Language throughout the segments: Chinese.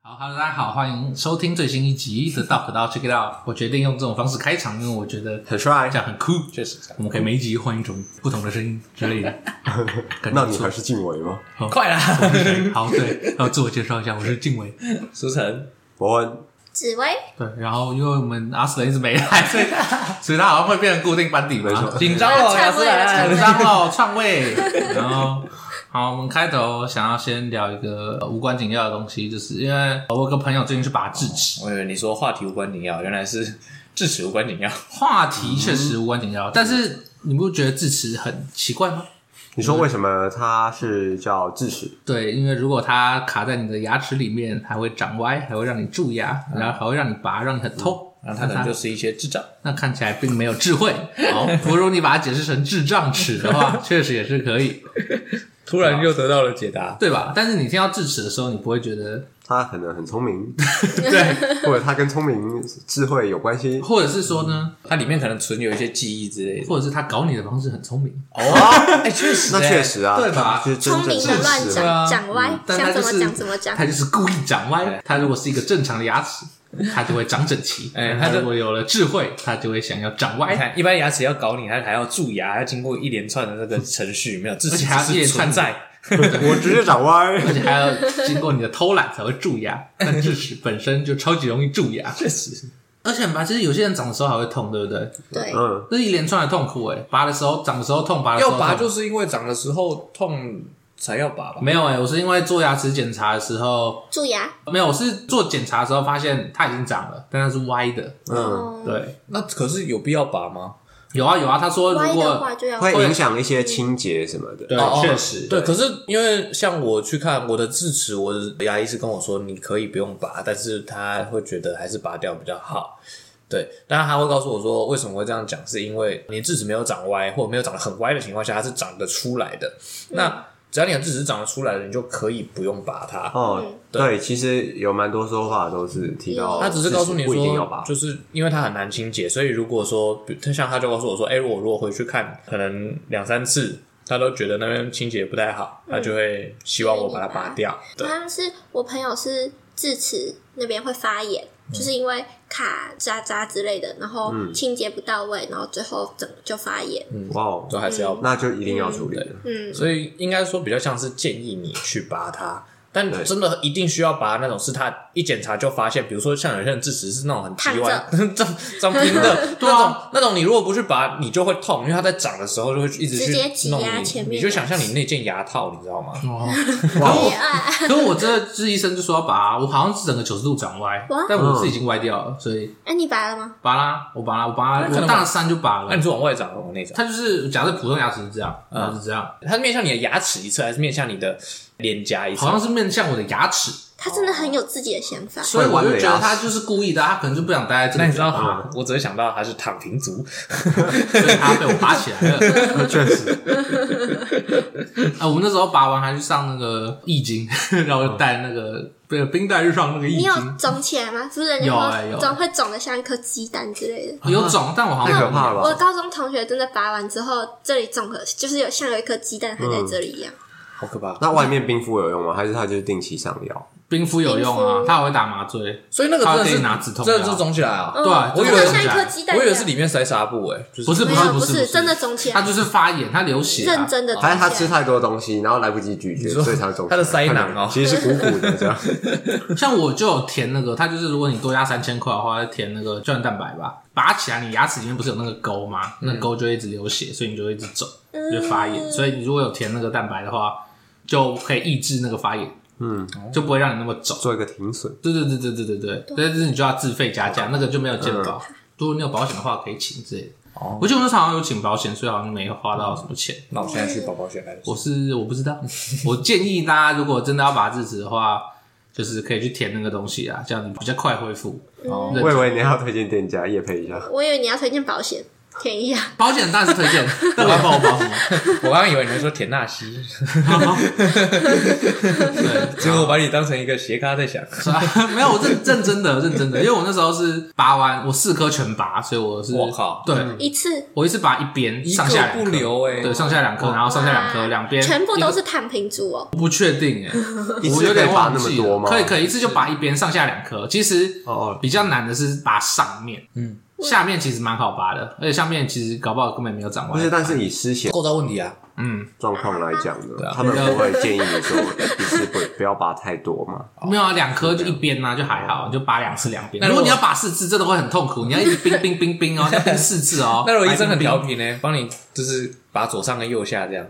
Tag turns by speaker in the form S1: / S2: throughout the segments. S1: 好，Hello，大家好，欢迎收听最新一集的《道可道 Check It Out》。我决定用这种方式开场，因为我觉得
S2: 很帅啊
S1: 这，样很酷。
S2: 确实这样
S1: 我们可以每一集换一种不同的声音之 类的，感觉
S2: 那
S1: 不
S2: 你
S1: 错
S2: 还是静伟吗？
S1: 好
S3: 快啦！
S1: 好对。 然后自我介绍一下，我是静伟。
S3: 苏晨，
S2: 伯恩，
S4: 紫薇，
S1: 对，然后因为我们阿斯雷一直没来， 所以所以他好像会变成固定班底了
S2: 没错，
S1: 紧张
S3: 张哦了，
S4: 蔡
S3: 雅思
S4: 薇蔡
S1: 紧
S4: 薇
S3: 兰，
S1: 张喽，篡位。然后，好，我们开头想要先聊一个呃无关紧要的东西，就是因为我有个朋友最近去拔智齿，
S3: 我以为你说话题无关紧要，原来是智齿无关紧要。
S1: 话题确实无关紧
S3: 嗯
S1: 要，但是你不觉得智齿很奇怪吗？
S2: 你说为什么他是叫智齿？
S1: 对，因为如果它卡在你的牙齿里面，还会长歪，还会让你蛀牙，然后还会让你拔，让你很痛。
S3: 然嗯后他可能就是一些智障，
S1: 那看起来并没有智慧。好，不如你把它解释成智障齿的 话，确实也是可以，
S3: 突然又得到了解答。
S1: 对吧？但是你听到智齿的时候，你不会觉得
S2: 他可能很聪明，
S1: 对，
S2: 或者他跟聪明智慧有关系。
S1: 或者是说呢，
S3: 它里面可能存有一些记忆之类的。
S1: 或者是他搞你的方式很聪明，
S3: 哦，哎，确实，
S2: 那确实啊，
S1: 对吧
S2: 就是真
S4: 聪
S2: 正
S4: 明的乱
S2: 智齿啊
S1: 啊
S4: 长长歪，
S1: 但他
S4: 想
S1: 就
S4: 怎么
S1: 是
S4: 长怎么长
S1: 他。就是故意长歪。他如果是一个正常的牙 齿，他就会长整齐；
S3: 哎
S1: 但
S3: 他就
S1: 如果有了智慧，他就会想要长
S3: 你
S1: 歪，
S3: 看，一般牙齿要搞你，它还要蛀牙，还要经过一连串的那个程序，没有智
S1: 而且
S3: 齿
S1: 还要
S3: 只
S1: 一连
S3: 是
S1: 串
S3: 存在。
S2: 我直接长歪。
S1: 而且还要经过你的偷懒才会蛀牙。但智齿本身就超级容易蛀牙，
S3: 确实，
S1: 而且吧，其实有些人长的时候还会痛，对不对？
S4: 对，
S2: 嗯，
S1: 这是一连串的痛苦哎、拔的时候长的时候痛，拔的时候
S3: 要
S1: 痛
S3: 拔就是因为长的时候痛才要拔吧？
S1: 没有哎、我是因为做牙齿检查的时候
S4: 蛀牙，
S1: 没有，我是做检查的时候发现它已经长了，但它是歪的，
S2: 嗯，
S4: 哦，
S1: 对。
S3: 那可是有必要拔吗？
S1: 有啊有啊，他说
S4: 歪
S1: 如
S4: 的
S1: 果
S4: 话就要
S2: 会影响一些清洁什么的。
S1: 对
S3: 哦，
S1: 确实
S3: 对。可是因为像我去看我的智齿，我的牙医是跟我说你可以不用拔，但是他会觉得还是拔掉比较好。对，当然他会告诉我说为什么会这样讲，是因为你智齿没有长歪，或者没有长得很歪的情况下，它是长得出来的。那只要你的智齿是长得出来的，你就可以不用拔它。
S2: 哦，
S4: 嗯
S2: 对，其实有蛮多说法都是提到，
S3: 他只是告诉你
S2: 呃不一定要拔
S3: 说，，就是因为它很难清洁，所以如果说，比他像他就告诉我说，哎、我如果回去看，可能两三次，他都觉得那边清洁不太好，他就会希望我把它拔掉。对，
S4: 好像是我朋友是智齿那边会发炎，
S1: 嗯
S4: 就是因为卡渣渣之类的，然后清洁不到位，然后最后整个就发炎。
S1: 嗯
S2: 哇哦，
S3: 都还是要拔。
S2: 那就一定要处理。
S4: 嗯，
S3: 所以应该说比较像是建议你去拔它。但
S2: 对
S3: 真的一定需要拔那种，是他一检查就发现，比如说像有些人智齿是那种很奇歪、 长长平的，
S1: 对
S3: 那
S1: 啊
S3: 种那种你如果不去拔，你就会痛，因为它在长的时候就会一直
S4: 直接
S3: 去
S4: 挤
S3: 弄
S4: 压
S3: 你
S4: 前面
S3: 你就想象你那件牙套，你知道吗？
S1: 哦，
S2: 哇
S4: 第
S2: 哦，
S4: 二，
S1: 可是我这这医生就说要拔，啊我好像是整个九十度长歪
S4: 哇，
S1: 但我是已经歪掉了，所以
S4: 哎，你拔了吗？
S1: 拔啦，我拔啦，我拔啦，
S3: 可能
S1: 我大三就拔
S3: 那、
S1: 了
S3: 你。是往外长，往内长？
S1: 他就是假设普通牙齿是这样，呃
S3: 嗯
S1: 然后是这样，
S3: 它是面向你的牙齿一侧，还是面向你的脸颊一侧？
S1: 好像是面向我的牙齿，
S4: 他真的很有自己的想法。
S1: 所以我
S2: 弯的
S1: 就
S2: 牙齿
S1: 觉得他就是故意的，他可能就不想待在这
S3: 那
S1: 里
S3: 你知，道，我只会想到它是躺平族，
S1: 所以他被我拔起来了。
S2: 确实，
S1: 啊，我们那时候拔完还去上那个易经， 然后带那个对冰袋去上那个易
S4: 你有
S1: 经，
S4: 肿起来吗？是不是人
S1: 有
S4: 家
S1: 哎有
S4: 说
S1: 哎
S4: 肿会肿的像一颗鸡蛋之类的？
S1: 有肿，但我好
S2: 太
S1: 像没有啊
S2: 可怕了
S4: 我
S2: 吧？
S4: 高中同学真的拔完之后，这里肿了，就是有像有一颗鸡蛋还
S1: 嗯
S4: 在这里一样。
S3: 好可怕。
S2: 那外面冰敷有用吗？还是他就是定期上药？
S1: 冰敷有用
S4: 冰
S1: 啊，
S4: 敷
S1: 他还会打麻醉。
S3: 所以那个真的
S1: 它可
S3: 是
S1: 以拿止痛药
S3: 真的是肿起来啊！
S4: 嗯
S1: 对啊
S3: 我以
S4: 真的
S3: 为
S4: 像一颗鸡蛋一样，
S3: 我以为是里面塞纱布诶、就是
S1: 不是
S4: 没有，
S1: 不
S4: 不
S1: 是不是
S4: 真的肿起
S1: 他
S4: 来，
S1: 就是发炎，他流血、啊，
S4: 认真的肿起
S2: 还
S4: 来。
S2: 是他吃太多东西，然后来不及咀嚼，
S3: 你说
S2: 所以才肿起来。
S3: 他的塞囊哦
S2: 其实是鼓鼓的这样。
S1: 像我就有填那个，它就是如果你多加三千块的话，填那个胶原蛋白吧，拔起来你牙齿里面不是有那个沟吗？那个沟就会一直流血，所以你就会一直肿，
S4: 嗯
S1: 就会发炎。所以你如果有填那个蛋白的话，就可以抑制那个发炎，
S2: 嗯，
S1: 就不会让你那么肿。
S2: 做一个停损。
S1: 对对对对对对对，但是你就要自费加价，那个就没有健保。如果你有保险的话，可以请之类的。
S3: 哦
S1: 我记得我那时候好像有请保险，所以好像没花到什么钱。
S3: 那我现在去宝宝选来的，
S1: 我是我不知道，我建议大家如果真的要拔智齿的话，就是可以去填那个东西啊，这样你比较快恢复。
S3: 哦
S1: 对
S2: 我以为你要推荐店家，夜配一下。
S4: 我以为你要推荐保险，啊舔一下，
S1: 保险当然是 推荐，但我要帮我保什么？
S3: 我刚刚以为你会说田纳 西，
S1: 对，啊
S3: 结果我把你当成一个斜咖在想。
S1: 没有，我认认真的认真的，因为我那时候是拔完，我四颗全拔，所以我是
S3: 我靠嗯
S1: 对。
S4: 一次
S1: 我一次拔一边，
S3: 一个
S1: 上下两颗
S3: 不留欸
S1: 对，上下两颗，然后上下两颗，
S4: 哇
S1: 两边
S4: 全部都
S1: 一
S4: 是躺平族哦
S1: 个，不确定哎，
S2: 一
S1: 我
S2: 次
S1: 有
S2: 可以
S1: 点
S2: 拔
S1: 忘
S2: 那么
S1: 记了
S2: 多吗？
S1: 可以可以，一次就拔一边，上下两颗。其实
S2: 哦哦
S1: 比较难的是拔上面，
S3: 嗯，
S1: 下面其实蛮好拔的，而且下面其实搞不好根本没有长
S2: 不是，
S1: 完。
S2: 但是以失血
S3: 构造问题啊，
S1: 嗯，
S2: 状况来讲呢，
S3: 啊
S2: 他们不会建议你说一次不不要拔太多嘛。
S1: 没有啊，两颗就一边呐、就还好，你就拔两次两边。
S3: 那
S1: 如
S3: 如
S1: 果
S3: 果
S1: 你要拔四次，真的会很痛苦，你要一直冰冰冰冰哦，要冰四次哦。
S3: 那如果医生很调
S1: 白
S3: 皮呢，帮你就是把左上跟右下这样，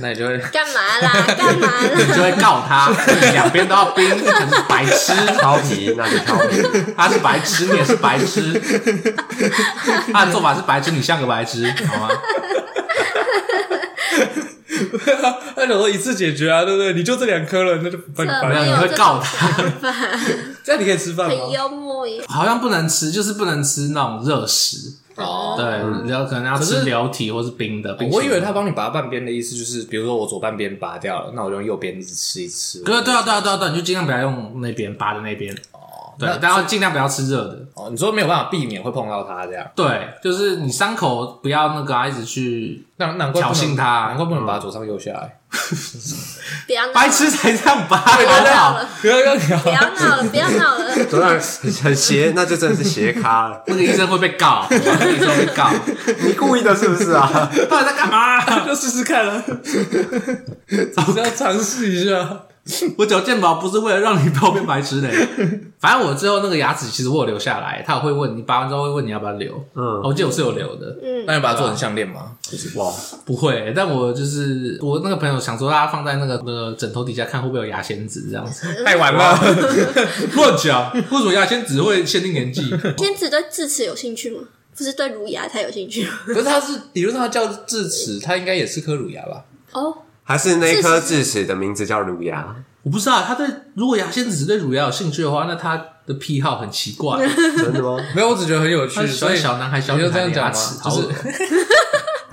S3: 那你就会
S4: 干嘛啦？干嘛
S1: 冰 冰，你
S4: 啦？
S1: 就会告他，两边都要冰，你是白痴，
S2: 超皮那就超皮，
S1: 他是白痴，你也是白痴，他的做法是白痴，你像个白痴，好吗？
S3: 那如果一次解决啊，对不对？你就这两颗了，那就不帮你
S4: 怎
S3: 拔
S4: 么
S1: 没
S3: 了，
S1: 有你会
S4: 呃这
S1: 告
S4: 种
S1: 他
S4: 想 法？
S3: 这样你可以吃饭
S4: 很
S3: 吗？
S4: 幽默耶，
S1: 好像不能吃，就是不能吃那种热食，
S3: 哦，
S1: 对，然后嗯可能要
S3: 可
S1: 吃
S3: 是
S1: 流体或是哦冰的。冰淇淋
S3: 我以为他帮你拔半边的意思就是，比如说我左半边拔掉了，那我就用右边一直吃一直吃。
S1: 对啊对啊对啊对啊，对啊你就尽量不要用那边拔的那边，
S3: 哦，
S1: 对
S3: 那，
S1: 然后尽量不要吃热的。
S3: 哦，你说没有办法避免会碰到它这样，
S1: 对，就是你伤口不要那个啊，一直去
S3: 难难怪不能
S1: 挑衅它
S3: 难怪不能把左上右下。哎
S4: 不要闹了
S1: 白痴才这样拔，
S4: 不要
S1: 好
S4: 闹
S1: 不好？
S4: 了，
S3: 不要要聊，
S4: 不要闹了，不要闹了。
S2: 真的很斜，那就真的是斜咖了。
S1: 那个医生会被 告，好不好那个医生会被告，
S2: 你故意的是不是啊？
S1: 到底在干嘛？
S3: 就试试看
S1: 啊
S3: 了，总是要尝试一下。
S1: 我缴健保不是为了让你不要变白痴嘞。反正我最后那个牙齿其实我有留下来，他也会问你拔完之后会问你要不要留。
S2: 嗯
S1: 我记得我是有留的，
S3: 那你把它做成项链吗？
S2: 哇，
S1: 不会。但我就是我那个朋友想说，他放在那个那个枕头底下看会不会有牙仙子这样子。
S3: 太晚了，
S1: 乱讲，为什么牙仙子会限定年纪？
S4: 天子对智齿有兴趣吗？不是对乳牙才有兴趣吗？
S3: 可是它是理论上它叫智齿，它应该也是颗乳牙吧？
S4: 哦，
S2: 还是那一颗智齿的名字叫乳牙，
S1: 我不知道他对如果牙仙子对乳牙有兴趣的话，那他的癖好很奇怪。
S2: 真的吗？
S3: 没有，我只觉得很有
S1: 他
S3: 趣，
S1: 是喜欢
S3: 所以
S1: 小男孩、小
S3: 你
S1: 女
S3: 就这
S1: 孩
S3: 样
S1: 的牙
S3: 讲吗？
S1: 齿，
S3: 就
S1: 好恶
S3: 是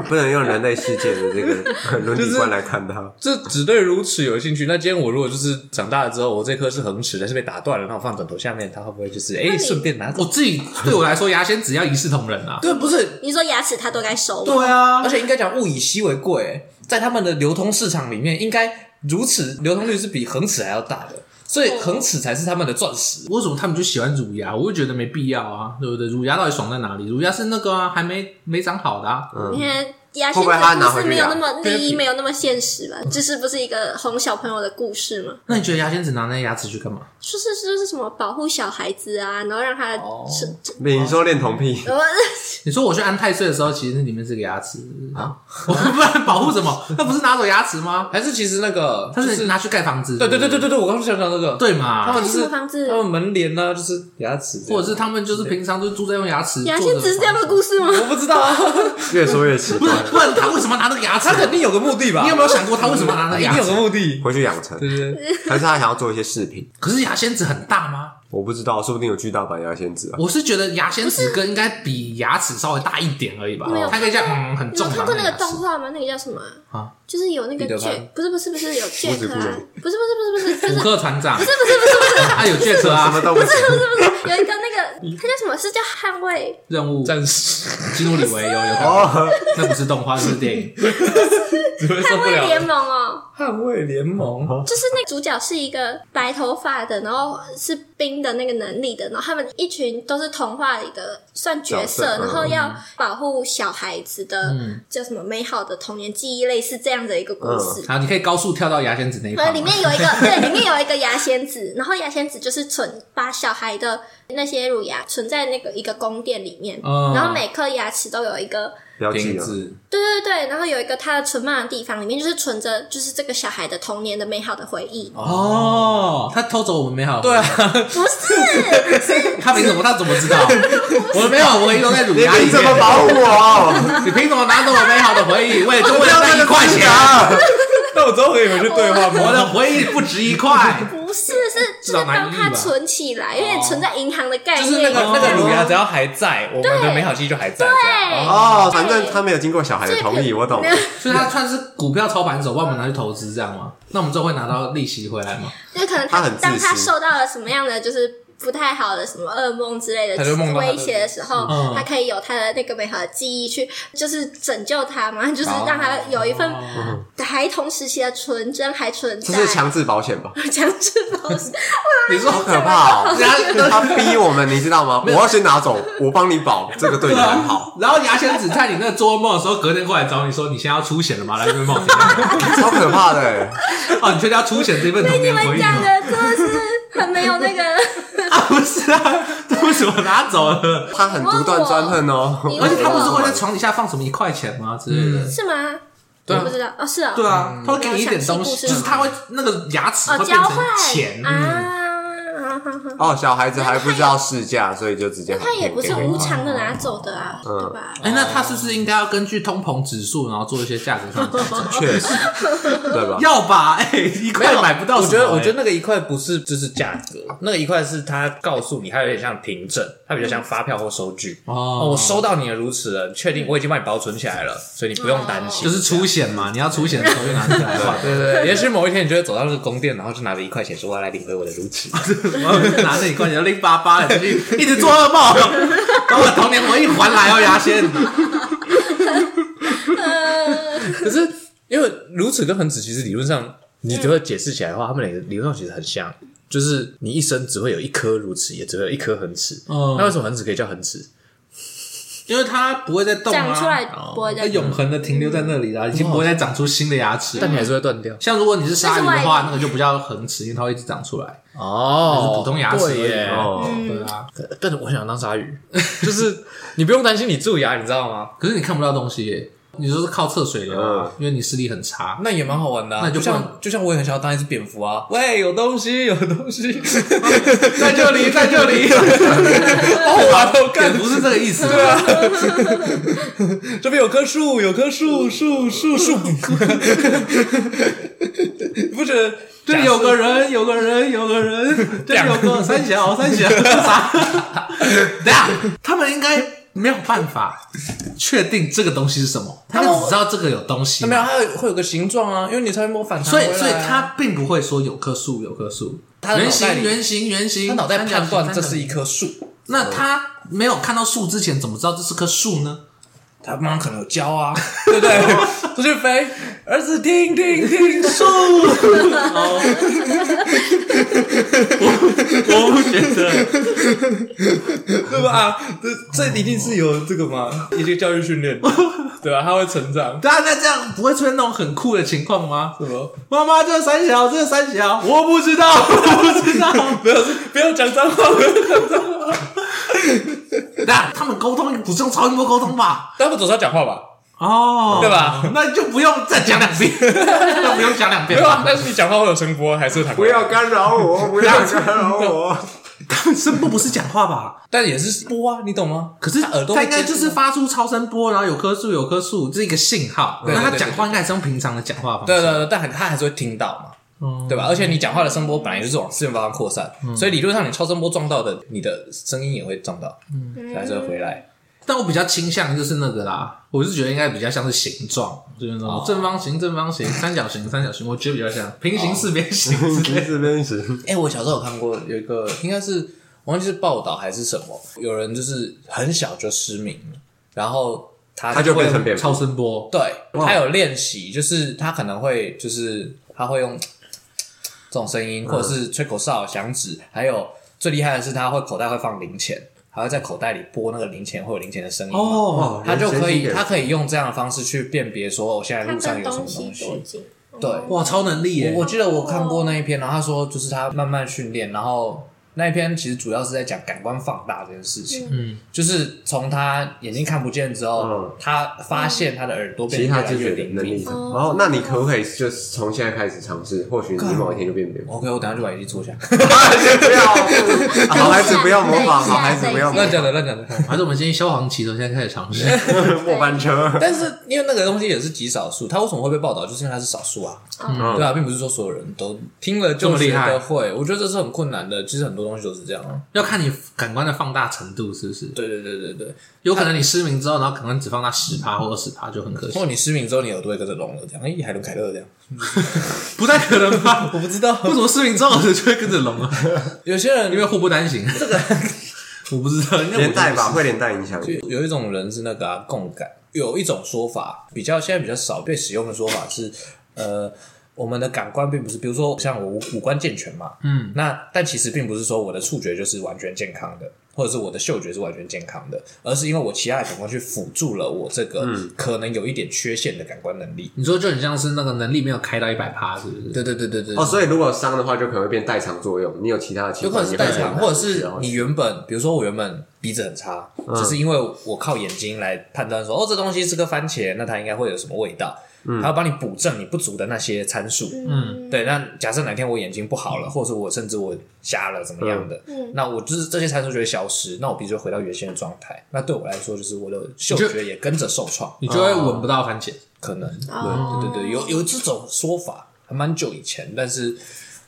S2: 不能用人类世界的这个伦理观来看它。
S3: 这只对乳齿有兴趣。那今天我如果就是长大了之后，我这颗是恒齿，但是被打断了，那我放枕头下面，它会不会就是哎
S4: 你
S3: 顺便拿走
S1: 我？自己对我来说，牙仙子要一视同仁啊。
S3: 对，不是，
S4: 你说牙齿它都该收吗？
S1: 对啊
S3: 而且应该讲物以稀为贵，欸在他们的流通市场里面，应该乳齿流通率是比恒齿还要大的，所以恒齿才是他们的钻石。
S1: 为什么他们就喜欢乳牙？我会觉得没必要啊，对不对？乳牙到底爽在哪里？乳牙是那个啊，还没没长好的啊。
S2: 嗯，
S4: 你看牙
S2: 会
S4: 仙
S2: 不会他
S4: 子
S2: 拿
S4: 故
S2: 回去
S4: 事没有
S2: 啊
S4: 那么利益，
S1: 对
S4: 没有那么现实吧？这是不是一个哄小朋友的故事吗？
S1: 那你觉得牙仙子拿那牙齿去干嘛？
S4: 说是就是什么保护小孩子啊，然后让他
S3: 哦
S4: 是，
S2: 你说恋童癖，
S4: 我
S1: 你说我去安太岁的时候，其实那里面是个牙齿啊， 我不然保护什么？那不是拿走牙齿吗？
S3: 还是其实那个，
S1: 他是拿去盖房子。
S3: 哎对对对对
S1: 对
S3: 对对，我刚刚想讲这个，
S1: 对
S3: 他
S1: 嘛？
S3: 们就
S4: 什
S3: 是
S4: 么房子
S3: 他们门帘呢、就是牙齿这样，
S1: 或者是他们就是平常就住在用牙齿做
S4: 牙
S1: 的
S4: 仙子是这样的故事吗？
S3: 我不知 道啊，
S2: 越说越奇
S1: 不
S2: 怪
S1: 是，。不然他为什么拿那个牙齿？
S3: 他肯定有个目的吧？
S1: 你有没有想过他为什么拿那个
S3: 一
S1: 牙
S3: 定有个
S1: 齿？
S3: 目的，
S2: 回去养成，
S3: 对对对，
S2: 还是他想要做一些饰品？
S1: 可是牙仙子很大吗？
S2: 我不知道，说不定有巨大版牙仙子啊。
S1: 我是觉得牙仙子根应该比牙齿稍微大一点而已吧
S4: 没有，
S1: 它可以这样嗯很
S4: 你有
S1: 重
S4: 看
S1: 嘛。
S4: 过那个
S1: 牙齿
S4: 动画吗？那个叫什么啊？
S1: 啊
S4: 就是有那个
S3: 彼得潘
S4: Jack，不是不是不是有 Jack
S2: 不是，
S4: 啊不是不是不是不是就是
S1: 骨科船长，
S4: 不是不是不是
S1: 他有杰克
S2: 什
S1: 啊
S2: 么，都不是，
S4: 有一个那个，他叫什么？是叫捍卫？
S1: 任务
S3: 暂时
S1: 基努里维有有 看过，
S2: 哦，
S1: 那不是动画，是电影。
S3: 只会受
S4: 捍
S3: 不
S4: 卫
S3: 了。
S4: 联盟哦，
S3: 捍卫联盟，
S4: 就是那个主角是一个白头发的，然后是冰的那个能力的，然后他们一群都是童话里的算角色，
S2: 角色嗯嗯
S4: 然后要保护小孩子的、叫什么美好的童年记忆，类似这样的一个故事。
S2: 嗯
S1: 好，你可以高速跳到牙仙子那一
S4: 呃，
S1: 趴
S4: 里
S1: 吗。
S4: 面有一个， 对，里面有一个牙仙子，然后牙仙子就是存把小孩的那些乳牙存在那个一个宫殿里面，
S1: 嗯
S4: 然后每颗牙齿都有一个，
S2: 标记
S3: 停
S2: 啊，
S3: 止，
S4: 对对对，然后有一个它的存放的地方，里面就是存着就是这个小孩的童年的美好的回忆，
S1: 哦，他偷走我们美好。对啊，
S4: 不是，，
S1: 他凭什么？他怎么知 道？我的美好回忆都在乳
S2: 你
S1: 牙里
S2: 凭什么
S1: 面。
S2: 保我？
S1: 你凭什么拿走我美好的回忆？为了就为了那一块钱，
S2: 啊！
S3: 那我之后可以回去对话
S1: 我
S3: 吗？
S1: 的回忆不值一块
S4: 不是，
S1: 至
S4: 是就
S1: 少
S4: 是当
S1: 蛮意义
S4: 它
S1: 吧
S4: 存起来，有点存在银行的概
S3: 就
S4: 念。
S3: 是那个
S1: 哦
S3: 那个乳牙，只要还在，我们的美好记忆就还在。这样哦
S2: 哦，反正他没有经过小孩的同意，我懂。
S1: 所以他算是股票操盘手，帮我们拿去投资这样吗？那我们之后会拿到利息回来吗？
S4: 就可能
S2: 他
S4: 他
S2: 很自私
S4: 当他受到了什么样的就是不太好的什么噩梦之类
S3: 他
S4: 的
S3: 就梦到他的
S4: 威胁的时候
S1: 嗯，
S4: 他可以有他的那个美好的记忆去，就是拯救他嘛，就是
S3: 哦
S4: 让他有一份
S1: 哦
S4: 孩童时期的纯真还存
S2: 这
S4: 在。
S2: 是强制保险吧？
S4: 强制保险，
S2: 你说好可怕 哦！他逼我们，你知道吗？我要先拿走，我帮你保，这个对你很好，
S1: 然后牙仙子在你那做梦的时候，隔天过来找你说：“你现在要出险了吗？来这边冒 险。
S3: 啊
S2: 超可怕的欸。”
S1: 哦，你确定要出险这份童
S4: 哎你
S1: 年回
S4: 们
S1: 忆
S4: 讲
S1: 吗？
S4: 的真的是很没有那个。
S1: 啊，不是啊，这为什么拿走了？
S2: 他很独断专横哦，
S4: 你问 我
S1: 而且他不是会在
S2: 问
S1: 床底下放什么一块钱吗之类的？
S4: 是吗？
S1: 对啊
S4: 我不知道哦，是哦，
S1: 对啊，
S3: 嗯
S1: 他会给你一点东
S4: 我想
S1: 西，
S4: 起故事
S1: 就是他会那个牙齿
S4: 哦，
S1: 会
S4: 交
S1: 变成
S4: 换
S1: 钱。嗯
S4: 啊，哈哈
S2: 哦，小孩子还不知道试价，所以就直接
S4: 那他也不是
S2: 给回家
S4: 无偿的拿走的啊，
S2: 嗯
S4: 对吧？
S1: 哎，那他
S3: 哦
S1: 是不是应该要根据通膨指数，然后做一些价格上的 调整？
S2: 确实，对吧？
S1: 要吧？ 哎，一
S3: 没有
S1: 块买不到
S3: 我
S1: 什么
S3: 觉
S1: 欸。
S3: 得，我觉得那个一块不是就是价格，那个一块是他告诉你，它有点像凭证，它比较像发票或收据。哦，
S1: 哦嗯
S3: 我收到你的如此了，确定我已经帮你保存起来了，所以你不用担心。
S1: 就是出险嘛，你要出险的时候就拿起来换，
S3: 对对对，也 许某一天你就会走到那个宫殿，然后就拿着一块钱说：“我要来领回我的如 此。
S1: 然后就拿着一块钱零八八的去一直做噩梦，把我童年回忆还来哦，牙仙。
S3: 可是因为如此跟恒子其实理论上，你觉得解释起来的话，他们两个理论上其实很像，就是你一生只会有一颗如此，也只会有一颗恒齿。
S1: 嗯
S3: 那为什么恒齿可以叫恒齿？
S1: 因为它不会再动
S4: 长
S1: 啊，
S4: 出来不会
S1: 它
S4: 再
S1: 永恒的停留在那里了，已经不会再长出新的牙齿了
S3: 但。你还是会断掉。
S1: 像如果你是鲨鱼的
S4: 这是
S1: 话
S4: 外，
S1: 那个就不叫恒齿，因为它会一直长出来，
S3: 哦，
S1: 就是普通牙齿而已
S3: 对耶。
S2: 哦，
S3: 嗯
S1: 对啊。
S3: 但是我想当鲨鱼， 就是你不用担心你蛀牙，你知道吗？
S1: 可是你看不到东西耶，你就是靠测水流啊
S2: 嗯，
S1: 因为你视力很差。
S3: 那也蛮好玩的、啊。
S1: 那就不
S3: 就像就像我也很想要当一只蝙蝠啊！喂，有东西，有 东西，
S1: 在这里，在这 里，
S3: 好玩哦！
S1: 也
S3: 干，
S1: 不是这个意思。对啊，
S3: 这边有棵树，有棵树，树树树， 不是
S1: 这里有个人，有个人，有个 人，这里有个三小，三小，啥？ 等一下，他们应该没有办法确定这个东西是什么，他们只知道这个有东西
S3: 那
S1: 嘛。
S3: 没有，它会有个形状啊，因为你才会模反弹
S1: 所
S3: 回
S1: 以
S3: 来啊、，
S1: 所以他并不会说有棵树有棵树，
S3: 他的脑
S1: 圆
S3: 袋
S1: 形
S3: 里
S1: 圆形圆形，
S3: 他脑袋
S1: 三角
S3: 判断
S1: 形
S3: 这
S1: 三角
S3: 是
S1: 形
S3: 一棵树，
S1: 那他没有看到树之前，怎么知道这是棵树呢？
S3: 他妈可能有胶啊， 对不对？出去飞，儿子听听听树，
S1: 哦 我不觉得，
S3: 对吧？这这一定是有这个嘛，一些教育训练，对吧？他会成长，
S1: 大家那这样不会出现那种很酷的情况吗？
S3: 什么？
S1: 妈妈，这三小，这三小，我不知道，我不知道。
S3: 不要不要讲脏话，不要讲脏话。
S1: 那他们沟通不是用超音波沟通吧？
S3: 他们总是要讲话吧？
S1: 哦，
S3: 对吧？
S1: 那就不用再讲两 遍，那不用讲两
S3: 没
S1: 遍
S3: 有啊
S1: 吧，？
S3: 但是你讲话会有声波，还是会弹回
S2: 不
S3: 来
S2: 要，干扰我，不要干扰我。
S1: 他们声波不是讲话吧？
S3: 但也是波啊，你懂吗？
S1: 可是
S3: 他耳朵
S1: 他
S3: 会
S1: 应该
S3: 接触
S1: 就是发出超声波，然后有棵树有棵树，这是一个信号。
S3: 对对
S1: 那他
S3: 对
S1: 讲
S3: 对
S1: 话应该还是用平常的讲话方式。
S3: 对对对，但很他还是会听到嘛。
S2: 嗯
S3: 对吧？而且你讲话的声波本来就是往四面八方扩散，所以理论上你超声波撞到的，你的声音也会撞到，嗯，还是会回来。
S1: 但我比较倾向就是那个啦，我是觉得应该比较像是形状，就是那种正方形、正方形、三角形、三角形，我觉得比较像平嗯行四边形之类的。
S2: 这边是
S3: 哎、我小时候有看过有一个，应该是我忘记是报道还是什么，有人就是很小就失明了，然后他
S2: 他就
S3: 会
S2: 变成蝙蝠
S1: 超声波，
S3: 对，他有练习，就是他可能会就是他会用这种声音，
S2: 嗯
S3: 或者是吹口哨、响指，还有最厉害的是他会口袋会放零钱，还会在口袋里拨那个零钱，会有零钱的声音嘛。
S1: 哦
S3: 他就可以，他
S2: 以
S3: 可以用这样的方式去辨别说，我哦现在
S4: 看
S3: 路上
S4: 的
S3: 有什么
S4: 东
S3: 东
S4: 西多
S3: 西。
S4: 近，
S3: 对，
S1: 哇，超能力耶！
S3: 我记得我看过那一篇，然后他说就是他慢慢训练，然后那一篇其实主要是在讲感官放大这件事情。
S1: 嗯，
S3: 就是从他眼睛看不见之后，
S2: 嗯
S3: 他发现他的耳朵变
S2: 其
S3: 得
S2: 他
S3: 越来
S2: 知觉
S3: 越
S2: 的
S3: 灵
S2: 能力。
S3: 敏。
S2: 哦，那你可不可以就是从现在开始 尝试？或许你某一天就变蝙蝠。
S3: OK，我等一下就把眼睛做下。
S2: 先不要，好孩子不不要模 仿，好孩子
S4: 等一下
S2: 不要模
S3: 乱
S2: 仿。
S3: 讲的，乱讲的。
S1: 还是我们建议消防骑手现在开始尝试，
S2: 末班车，
S3: 但是因为那个东西也是极少数，他为什么会被报道，就是因为他是少数啊，
S4: 嗯
S3: 对啊，并不是说所有人都听了
S1: 这
S3: 就
S1: 么厉
S3: 觉
S1: 害
S3: 得会。我觉得这是很困难的，其实很多东西都是这样啊。
S1: 要看你感官的放大程度是不是？
S3: 对对对对对，
S1: 有可能你失明之后，然后感官只放大十趴或二十趴就很可惜
S3: 或，者你失明之后，你耳朵也跟着聋了，这样，哎，海伦凯勒这样，
S1: 不太可能吧？
S3: 我不知道，
S1: 为什么失明之后就会跟着聋啊？
S3: 有些人
S1: 因为互不担心。这个 我不知道，应该我
S2: 连带吧，会连带影响。
S3: 就有一种人是那个、啊、共感，有一种说法比较现在比较少被使用的说法是，呃，我们的感官并不是，比如说像我五五官健全嘛，
S1: 嗯，
S3: 那但其实并不是说我的触觉就是完全健康的，或者是我的嗅觉是完全健康的，而是因为我其他的感官去辅助了我这个可能有一点缺陷的感官能力。
S1: 你说就很像是那个能力没有开到一百趴，是不是？
S3: 对对对对对，
S2: 哦，所以如果伤的话，就可能会变代偿作用。你有其他的情
S3: 有可
S2: 况，
S3: 能是
S2: 嗯
S3: 代
S2: 也
S3: 偿，
S2: 会
S3: 或者是
S2: 然后
S3: 你原本，比如说我原本鼻子很差，只是因为我靠眼睛来判断说，哦，这东西是个番茄，那它应该会有什么味道，它要帮你补正你不足的那些参数。
S4: 嗯，
S3: 对，那假设哪天我眼睛不好了，或者是我甚至我瞎了怎么样的，
S4: 嗯
S3: 那我就是这些参数就会消失，那我鼻子就回到原先的状态。那对我来说，就是我的嗅
S1: 你就
S3: 觉也跟着受创，
S1: 你就会闻不到番茄。
S3: 可能
S4: 哦
S3: 对对对，有有这种说法，还蛮久以前，但是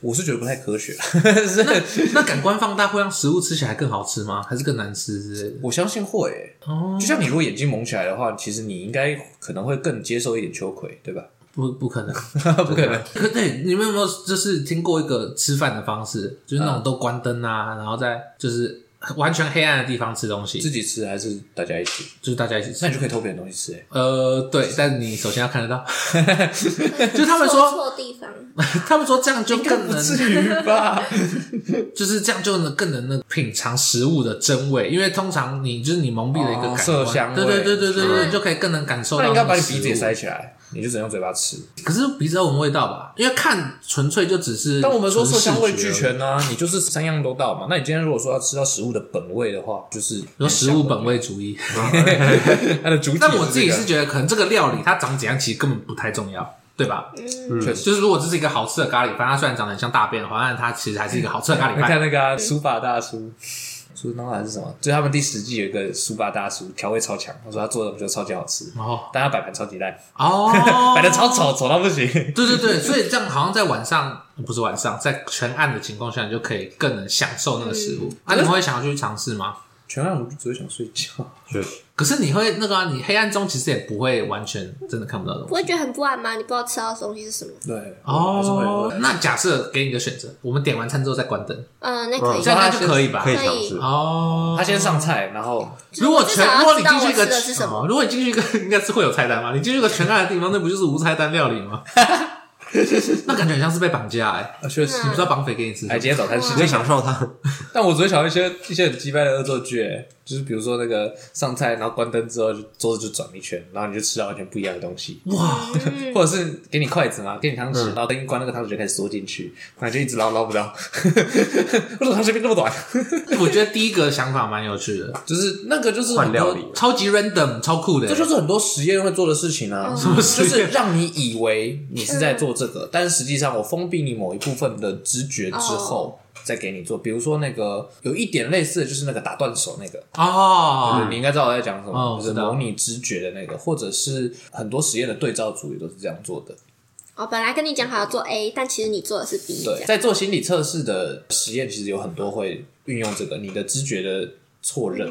S3: 我是觉得不太科学。 是
S1: 那感官放大会让食物吃起来更好吃吗？还是更难吃之类的？
S3: 我相信会、欸，
S1: 哦
S3: 就像你如果眼睛蒙起来的话，其实你应该可能会更接受一点秋葵，对吧？啊
S1: 不， 不可能。
S3: 不可能，
S1: 可对，你们有没有就是听过一个吃饭的方式，就是那种都关灯啊，然后在就是完全黑暗的地方吃东西，
S3: 自己吃还是大家一起？
S1: 就是大家一起
S3: 那
S1: 吃。
S3: 你就可以偷别人东西吃、欸，
S1: 呃，对，但你首先要看得 到。
S4: 就
S1: 他们说
S4: 错地方，
S1: 他们说这样就更能，
S3: 于 吧？
S1: 就是这样就能更能那个品尝食物的真味，因为通常你就是你蒙蔽了一个感
S3: 哦
S1: 官，
S3: 色香味
S1: 对对对对对对，
S4: 嗯
S1: 你就可以更能感受到。
S3: 那应该把你鼻子也塞，起来，你就只能用嘴巴吃。
S1: 可是鼻子要闻味道吧？因为看纯粹就只是，
S3: 但我们说色香味俱。全啊，你就是三样都到嘛。那你今天如果说要吃到食物的本味的话，就是
S1: 有食物本位主义，
S3: 它的主体这个。
S1: 但我自己是觉得，可能这个料理它长怎样，其实根本不太重要，对吧？
S4: 嗯，
S3: 确实，
S1: 就是如果这是一个好吃的咖喱饭，它虽然长得很像大便的话，但它其实还是一个好吃的咖喱
S3: 你看
S1: 饭。
S3: 那个啊苏、法大叔，苏东还是什么？就是他们第十季有一个苏法大叔，调味超强，他说他做的东西都超级好吃。
S1: 哦
S3: 但他摆盘超级烂，
S1: 哦，
S3: 摆的超丑，丑到不行。
S1: 对对对，所以这样好像在晚上不是晚上，在全暗的情况下，你就可以更能享受那个食物。啊，你们会想要去尝试吗？
S3: 全暗我就只会想睡觉。
S2: 确实
S1: 可是你会那个啊，你黑暗中其实也不会完全真的看不到
S4: 不
S1: 东西。
S4: 会觉得很不安吗？你不知道吃到的东西是什么？
S3: 对，还是会有
S1: 哦，那假设给你一个选择，我们点完餐之后再关灯，
S4: 嗯，那可以
S2: 嗯
S1: 这，样应该就可以吧
S2: 可？以
S4: 可
S2: 尝
S4: 以
S2: 试。
S1: 哦，
S3: 他先上菜，然后
S1: 如果
S4: 至少
S1: 全，
S4: 要
S1: 如果你
S4: 知道
S1: 进去一个
S4: 我吃的是什么
S1: 哦如果你进去一个，应该是会有菜单吗？你进去一个全暗的地方，那不就是无菜单料理吗？ 那感觉很像是被绑架哎、
S3: 啊确实
S1: 你不知道绑匪给你吃什
S3: 哎，
S1: 么
S3: 今天早餐吃
S2: 你可以享受它，
S3: 但我只会想到一些一些很鸡掰的恶作剧，哎就是比如说那个上菜，然后关灯之后就桌子就转一圈，然后你就吃到完全不一样的东西，
S1: 哇，
S3: 或者是给你筷子嘛，给你汤匙，然后灯一关，那个汤匙就开始缩进去，反正就一直捞捞不到。 为什么汤匙变那么短？
S1: 我觉得第一个想法蛮有趣的，
S3: 就是那个就是
S2: 换
S3: 很
S2: 料
S3: 多
S2: 理，
S1: 超级 random，超酷的、欸
S3: 这就是很多实验会做的事情啊，
S1: 么实
S3: 就
S1: 验
S3: 是让你以为你是在做这个，但是实际上我封闭你某一部分的知觉之后，再给你做。比如说那个有一点类似的就是那个打断手那个，
S1: 哦
S3: 对，你应该知道我在讲什
S1: 哦
S3: 么，就是
S1: 知道
S3: 模拟知觉的那个，或者是很多实验的对照组也都是这样做的。
S4: 哦，本来跟你讲好要做 A，但其实你做的是 B，这
S3: 对，
S4: 样
S3: 在做心理测试的实验，其实有很多会运用这个你的知觉的错认，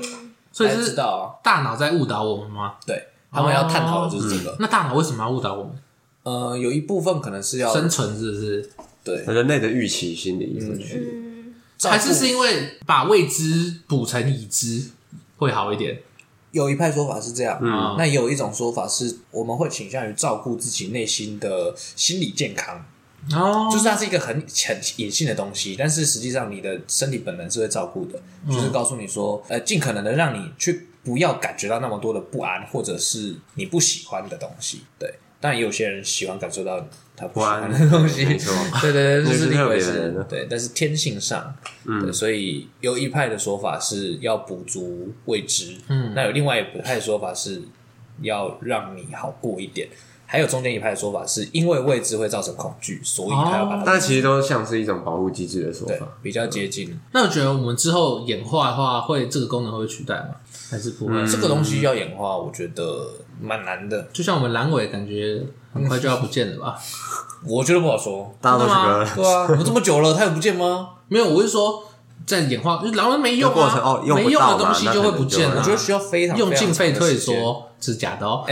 S1: 所以
S3: 才
S1: 是
S3: 知道啊。
S1: 大脑在误导我们吗？
S3: 对，他们要探讨的就是这个。
S1: 那大脑为什么要误导我们？
S3: 呃，有一部分可能是要
S1: 生存是不是？
S3: 对
S2: 人类的预期心理也会去。
S4: 嗯，
S3: 照顾
S1: 还是是因为把未知补成已知会好一点？
S3: 有一派说法是这样，
S1: 嗯
S3: 那也有一种说法是，我们会倾向于照顾自己内心的心理健康，
S1: 哦，
S3: 就是它是一个很很隐性的东西，但是实际上你的身体本能是会照顾的，就是告诉你说，呃，尽可能的让你去不要感觉到那么多的不安，或者是你不喜欢的东西，对。但也有些人喜欢感受到他不喜欢的啊东西，
S2: 没错
S3: 对对对，这是另一回
S2: 那是特别的嗯人
S3: 事
S2: 了。
S3: 对，但是天性上，对，所以有一派的说法是要补足未知，嗯，那有另外一派的说法是要让你好过一点。还有中间一派的说法是因为未知会造成恐惧，所以他要把它、
S1: 哦
S2: 但其实都像是一种保护机制的说
S3: 对
S2: 法。
S3: 比较接近。
S1: 那我觉得我们之后演化的话，会这个功能会被取代吗？还是不会？
S2: 嗯
S3: 这个东西要演化，我觉得蛮难的，
S1: 就像我们阑尾，感觉很快就要不见了
S2: 嗯
S1: 吧？
S3: 我觉得不 好说。
S2: 大家都
S1: 真
S2: 觉
S1: 的吗
S2: 得
S3: 对啊，我们这么久了，它也不见吗？
S1: 没有，我是说在演化，就是阑尾没用
S2: 这过
S1: 啊，
S2: 程哦用不
S1: 没用
S2: 到嘛
S1: 的东西就会不见
S2: 那可
S1: 了、
S2: 能
S3: 我觉得需要非常
S1: 用进废
S3: 非常长的
S1: 退
S3: 时间，
S1: 缩是假的哦，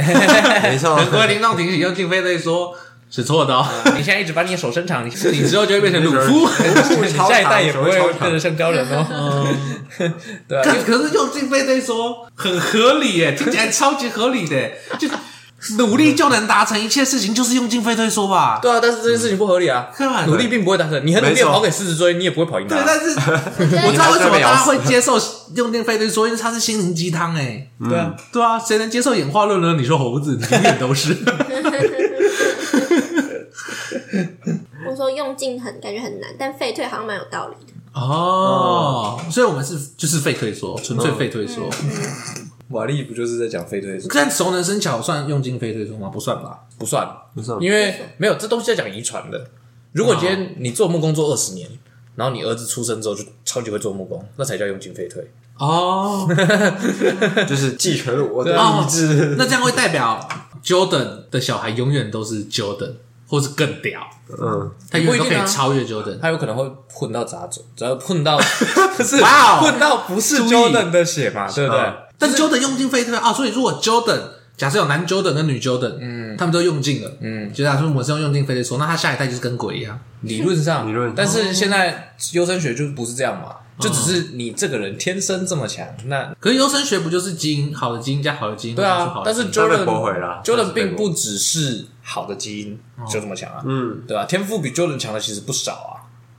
S2: 没错，
S1: 各位听众听起用进废退缩是错的哦，
S3: 你现在一直把你的手伸 长，你
S1: 你 之后就会变成鲁夫。
S2: 不
S3: 你下一代也不会变成橡胶人哦。 对啊， 因为
S1: 可 可是用进废退缩很合理耶，听起来超级合理的耶，就努力就能达成一切事情，就是用进废退缩吧。
S3: 对啊，但是这件事情不合理啊
S1: 看，
S3: 努力并不会达成。你很努力
S2: 没
S3: 地
S2: 错
S3: 跑给狮子追，你也不会跑赢
S1: 对，
S3: 它。
S1: 但是 我知道为什么大家会接受用进废退缩，因为它是心灵鸡汤哎。
S3: 对啊，
S1: 对啊，谁能接受演化论呢？你说猴子，你永远都 是。
S4: 我说用尽很感觉很难，但废退好像蛮有道理的。
S1: 哦，
S3: 嗯
S1: 所以我们是就是废退缩，纯粹废退缩。
S3: 瓦力不就是在讲非推是
S1: 但熟能生巧算用进废退缩吗？不算吧。
S3: 不算，啊
S2: 不是
S3: 因为没有这东西在讲遗传的。如果今天你做木工做二十年，然后你儿子出生之后就超级会做木工，那才叫用进废退。
S1: 哦，
S2: 就是继承了我的
S1: 啊
S2: 意志。
S1: 那这样会代表 Jordan 的小孩永远都是 Jordan，或是更屌，
S2: 嗯，
S1: 他永远都
S3: 不一
S1: 可
S3: 定啊
S1: 以超越 Jordan。
S3: 他有可能会混到杂种，只要混到不是
S2: 哇哦
S3: 混到不是 Jordan 的血嘛，对不对
S2: 嗯？
S1: 但 Jordan 用尽废退啊，所以如果 Jordan 假设有男 Jordan 跟女 Jordan，嗯，他们都用尽了，嗯，就假如说我们是用用尽废退缩，那他下一代就是跟鬼一样。
S3: 理论上，
S2: 理论上
S3: 但是现在优生学就不是这样嘛，就只是你这个人天生这么强，那
S1: 可是优生学不就是基因好的基因加好的基因？
S3: 对
S1: 会长出
S3: 啊
S1: 好，的
S3: 但
S1: 基因
S3: 是
S2: 他被
S3: Jordan
S2: 驳回了
S3: Jordan 并不只是好的基因就这么强啊，
S2: 嗯，
S3: 对吧？天赋比 Jordan 强的其实不少啊，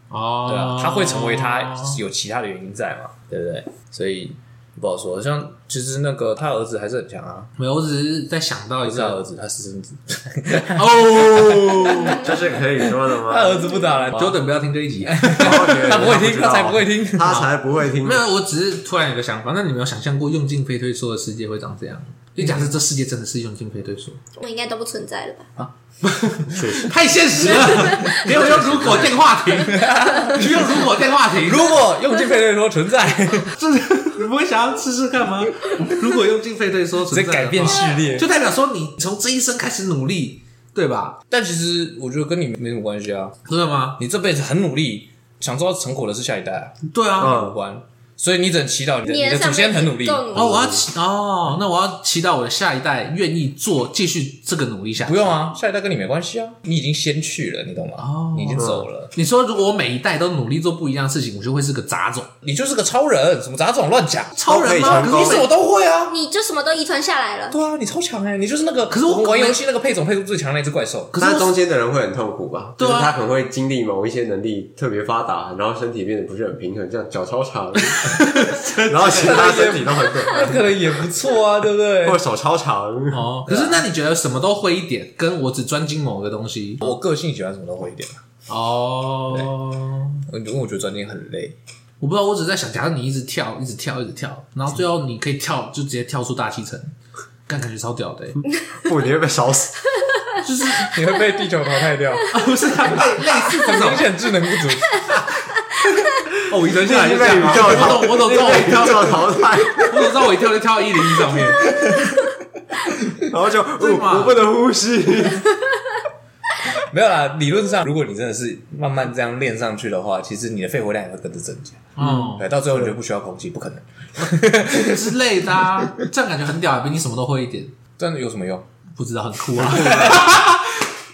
S1: 哦，
S3: 对啊，他会成为他有其他的原因在嘛，对不对？所以不好说，像其实那个他儿子还是很强啊，
S1: 没有，我只是在想到一
S3: 不是他儿
S1: 个
S3: 子，他私生子，
S1: 哦
S2: 这是可以说的吗？
S3: 他儿子不打篮球，
S1: ，Jordan 不要听这一集。
S2: 他
S3: 他不会听，他才不会，听。
S2: 他才不啊会听
S1: 没。有，我只是突然有个想法。那你们有想象过用尽废退缩的世界会长这样？就假设这世界真的是用尽废退 缩，
S4: 我应该都不存在了吧？
S1: 太现实了。 你有用如果电话 亭，你去用如果电话亭，
S3: 如果用尽配对 说存在，
S1: 就是你不会想要试试看吗？如果用尽废退缩，
S3: 直接
S1: 存在的话
S3: 改
S2: 啊
S3: 变系列。
S1: 就代表说你从这一生开始努力，对吧？
S3: 但其实我觉得跟你没什么关系啊，
S1: 真的吗？
S3: 你这辈子很努力，想做到成果的是下一代啊，
S1: 对啊。
S3: 无关。所以你只能祈祷你的
S4: 你
S3: 你
S4: 的
S3: 的祖
S4: 上
S3: 先
S4: 辈
S3: 很
S4: 子
S3: 努力，
S4: 够努力
S1: 哦，我要祈哦，那我要祈祷我的下一代愿意做，继续这个努力下去。
S3: 不用啊，下一代跟你没关系啊，你已经先去了，你懂吗？
S1: 哦
S3: 你已经走了，
S1: 你说，如果我每一代都努力做不一样的事情，我就会是个杂种，
S3: 你就是个超人，什么杂种乱讲，
S1: 超人吗？
S2: 都可
S1: 可是
S2: 以成
S1: 我
S2: 功
S3: 你什
S1: 每
S3: 么都会啊。
S4: 你就什么都遗传下来了。
S3: 对啊，你超强哎、你就是那个，可
S1: 是我
S3: 们玩
S1: 没
S3: 游戏那个配种配出最强的那只怪兽，
S1: 可是
S2: 但
S1: 我
S2: 中间的人会很痛苦吧？
S1: 对啊
S2: 就是他可能会经历某一些能力特别发达，然后身体变得不是很平衡，这样脚超 长，然后其他身体都很
S3: 那
S2: 短，
S3: 可能也不错 啊，对不 对
S2: 或？者手超长。
S1: 哦，可是那你觉得什么都会一点，跟我只专精某个东西
S3: 我个性喜欢什么都会一点，啊
S1: 哦？
S3: 因为我觉得专精很 累。
S1: 我不知道，我只是在想，假如你一直跳，一直跳，一直跳，然后最后你可以跳，就直接跳出大气层，干感觉超屌的、欸，
S2: 不，你会被烧死。
S1: 就是
S3: 你会被地球淘汰掉，
S1: 啊不是啊类类似这
S3: 很
S1: 种
S3: 明显智能不足。
S1: 哦，人
S2: 你已经被宇宙
S1: 我
S2: 淘，
S1: 懂，我懂，
S2: 你
S1: 知道我
S2: 被宇
S1: 一跳，
S2: 宙淘汰，
S1: 我懂，知道我一跳就跳到一零一上面，
S2: 然后就
S1: 对嘛
S2: 我我不能呼吸。
S3: 没有啦，理论上，如果你真的是慢慢这样练上去的话，其实你的肺活量也会跟着增加。
S1: 哦、
S3: 对，到最后你就不需要空气，不可能。
S1: 之类的、啊，这样感觉很屌、欸，比你什么都会一点，
S3: 但有什么用？
S1: 不知道很酷啊。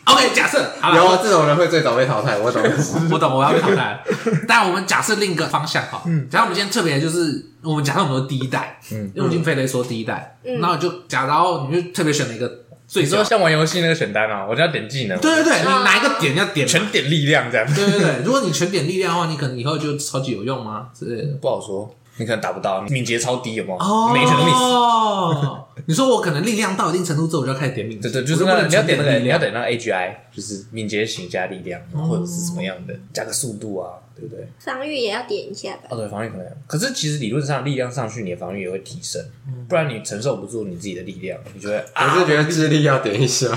S1: OK，假设好了，
S2: 然
S1: 我
S2: 后这种人会最早被淘汰，我懂。
S1: 我懂，我要被淘汰了。 但我们假设另一个方向哈，
S3: 嗯
S1: 假如我们今天特别就是，我们假设我们都第一代，嗯，用尽飞雷说第一代，然后就假然后你就特别选了一个最
S3: 你说
S1: 小，
S3: 像玩游戏那个选单啊，我就要点技能，
S1: 对对对，你哪一个点要点嘛？
S3: 全点力量这样。
S1: 对对对，如果你全点力量的话，你可能以后就超级有用吗？之类的。
S3: 不好说，你可能打不到，敏捷超低，有没有？
S1: 哦，
S3: 每一拳都 miss。
S1: 你说我可能力量到一定程度之后，我就要开始点名，
S3: 对对，就是
S1: 我不
S3: 那
S1: 能
S3: 你要
S1: 全
S3: 点那个，哦
S1: 力
S3: 你要
S1: 量。
S3: 点那个 AGI，就是敏捷型加力量，或者是什么样的，加个速度啊，对不对？
S4: 防御也要点一下吧。
S3: 哦，对，防御可能，可是其实理论上力量上去，你的防御也会提升，不然你承受不住你自己的力量，你就会啊
S2: 我是觉得智力要点一下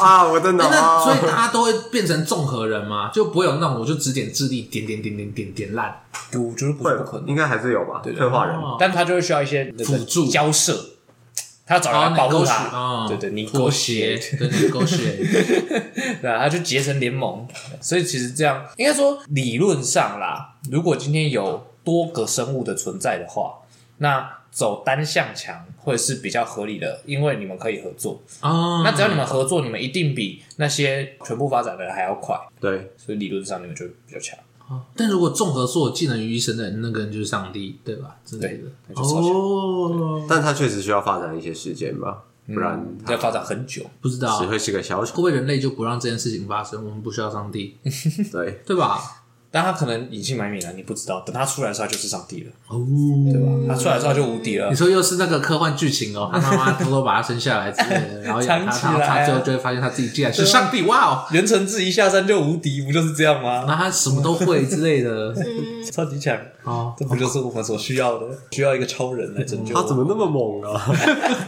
S2: 啊！我的脑
S1: 那
S2: 啊，
S1: 所以
S3: 哦
S1: 大家都会变成综合人吗？就不会有那种我就只点智力，点点点点点点烂。
S3: 不就是不
S2: 会
S3: 是不可能，
S2: 应该还是有吧？退化人
S1: 哦
S3: 但他就会需要一些那个
S1: 辅助
S3: 交涉，他要找人来保护他，
S1: 啊，
S3: 对对，你
S1: 妥
S3: 狗
S1: 协，
S3: 血，
S1: 对你狗血，
S3: 对啊，他就结成联盟。所以其实这样，应该说理论上啦，如果今天有多个生物的存在的话，那走单向墙会是比较合理的，因为你们可以合作。
S1: 哦，
S3: 那只要你们合作，你们一定比那些全部发展的人还要快，
S2: 对，
S3: 所以理论上你们就比较强。
S1: 但如果综合所有技能于一身的人，那个人就是上帝，对吧？之类的
S3: 对。那就超强
S1: 哦，
S2: 但他确实需要发展一些时间吧，不然
S3: 嗯要发展很久，
S1: 不知道
S2: 只
S1: 会
S2: 会是个小丑。
S1: 不会人类就不让这件事情发生？我们不需要上帝，
S2: 对，
S1: 对吧？
S3: 但他可能隐姓埋名了，啊你不知道。等他出来的时候，他就是上帝了，
S1: 哦，
S3: 对吧？他出来的时候他就无敌了
S1: 你。说又是那个科幻剧情哦，他妈妈偷偷把他生下来之类的， 然后养
S3: 藏起
S1: 他，然后
S3: 来
S1: 他
S3: 啊
S1: 最后就会发现他自己竟然是上帝，哇 哦！
S3: 袁承志一下山就无敌，不就是这样吗？
S1: 那他什么都会之类 的，
S3: 超级强，
S1: 哦，
S3: 这不就是我们所需要的？需要一个超人来拯救我
S2: 他怎么那么猛啊？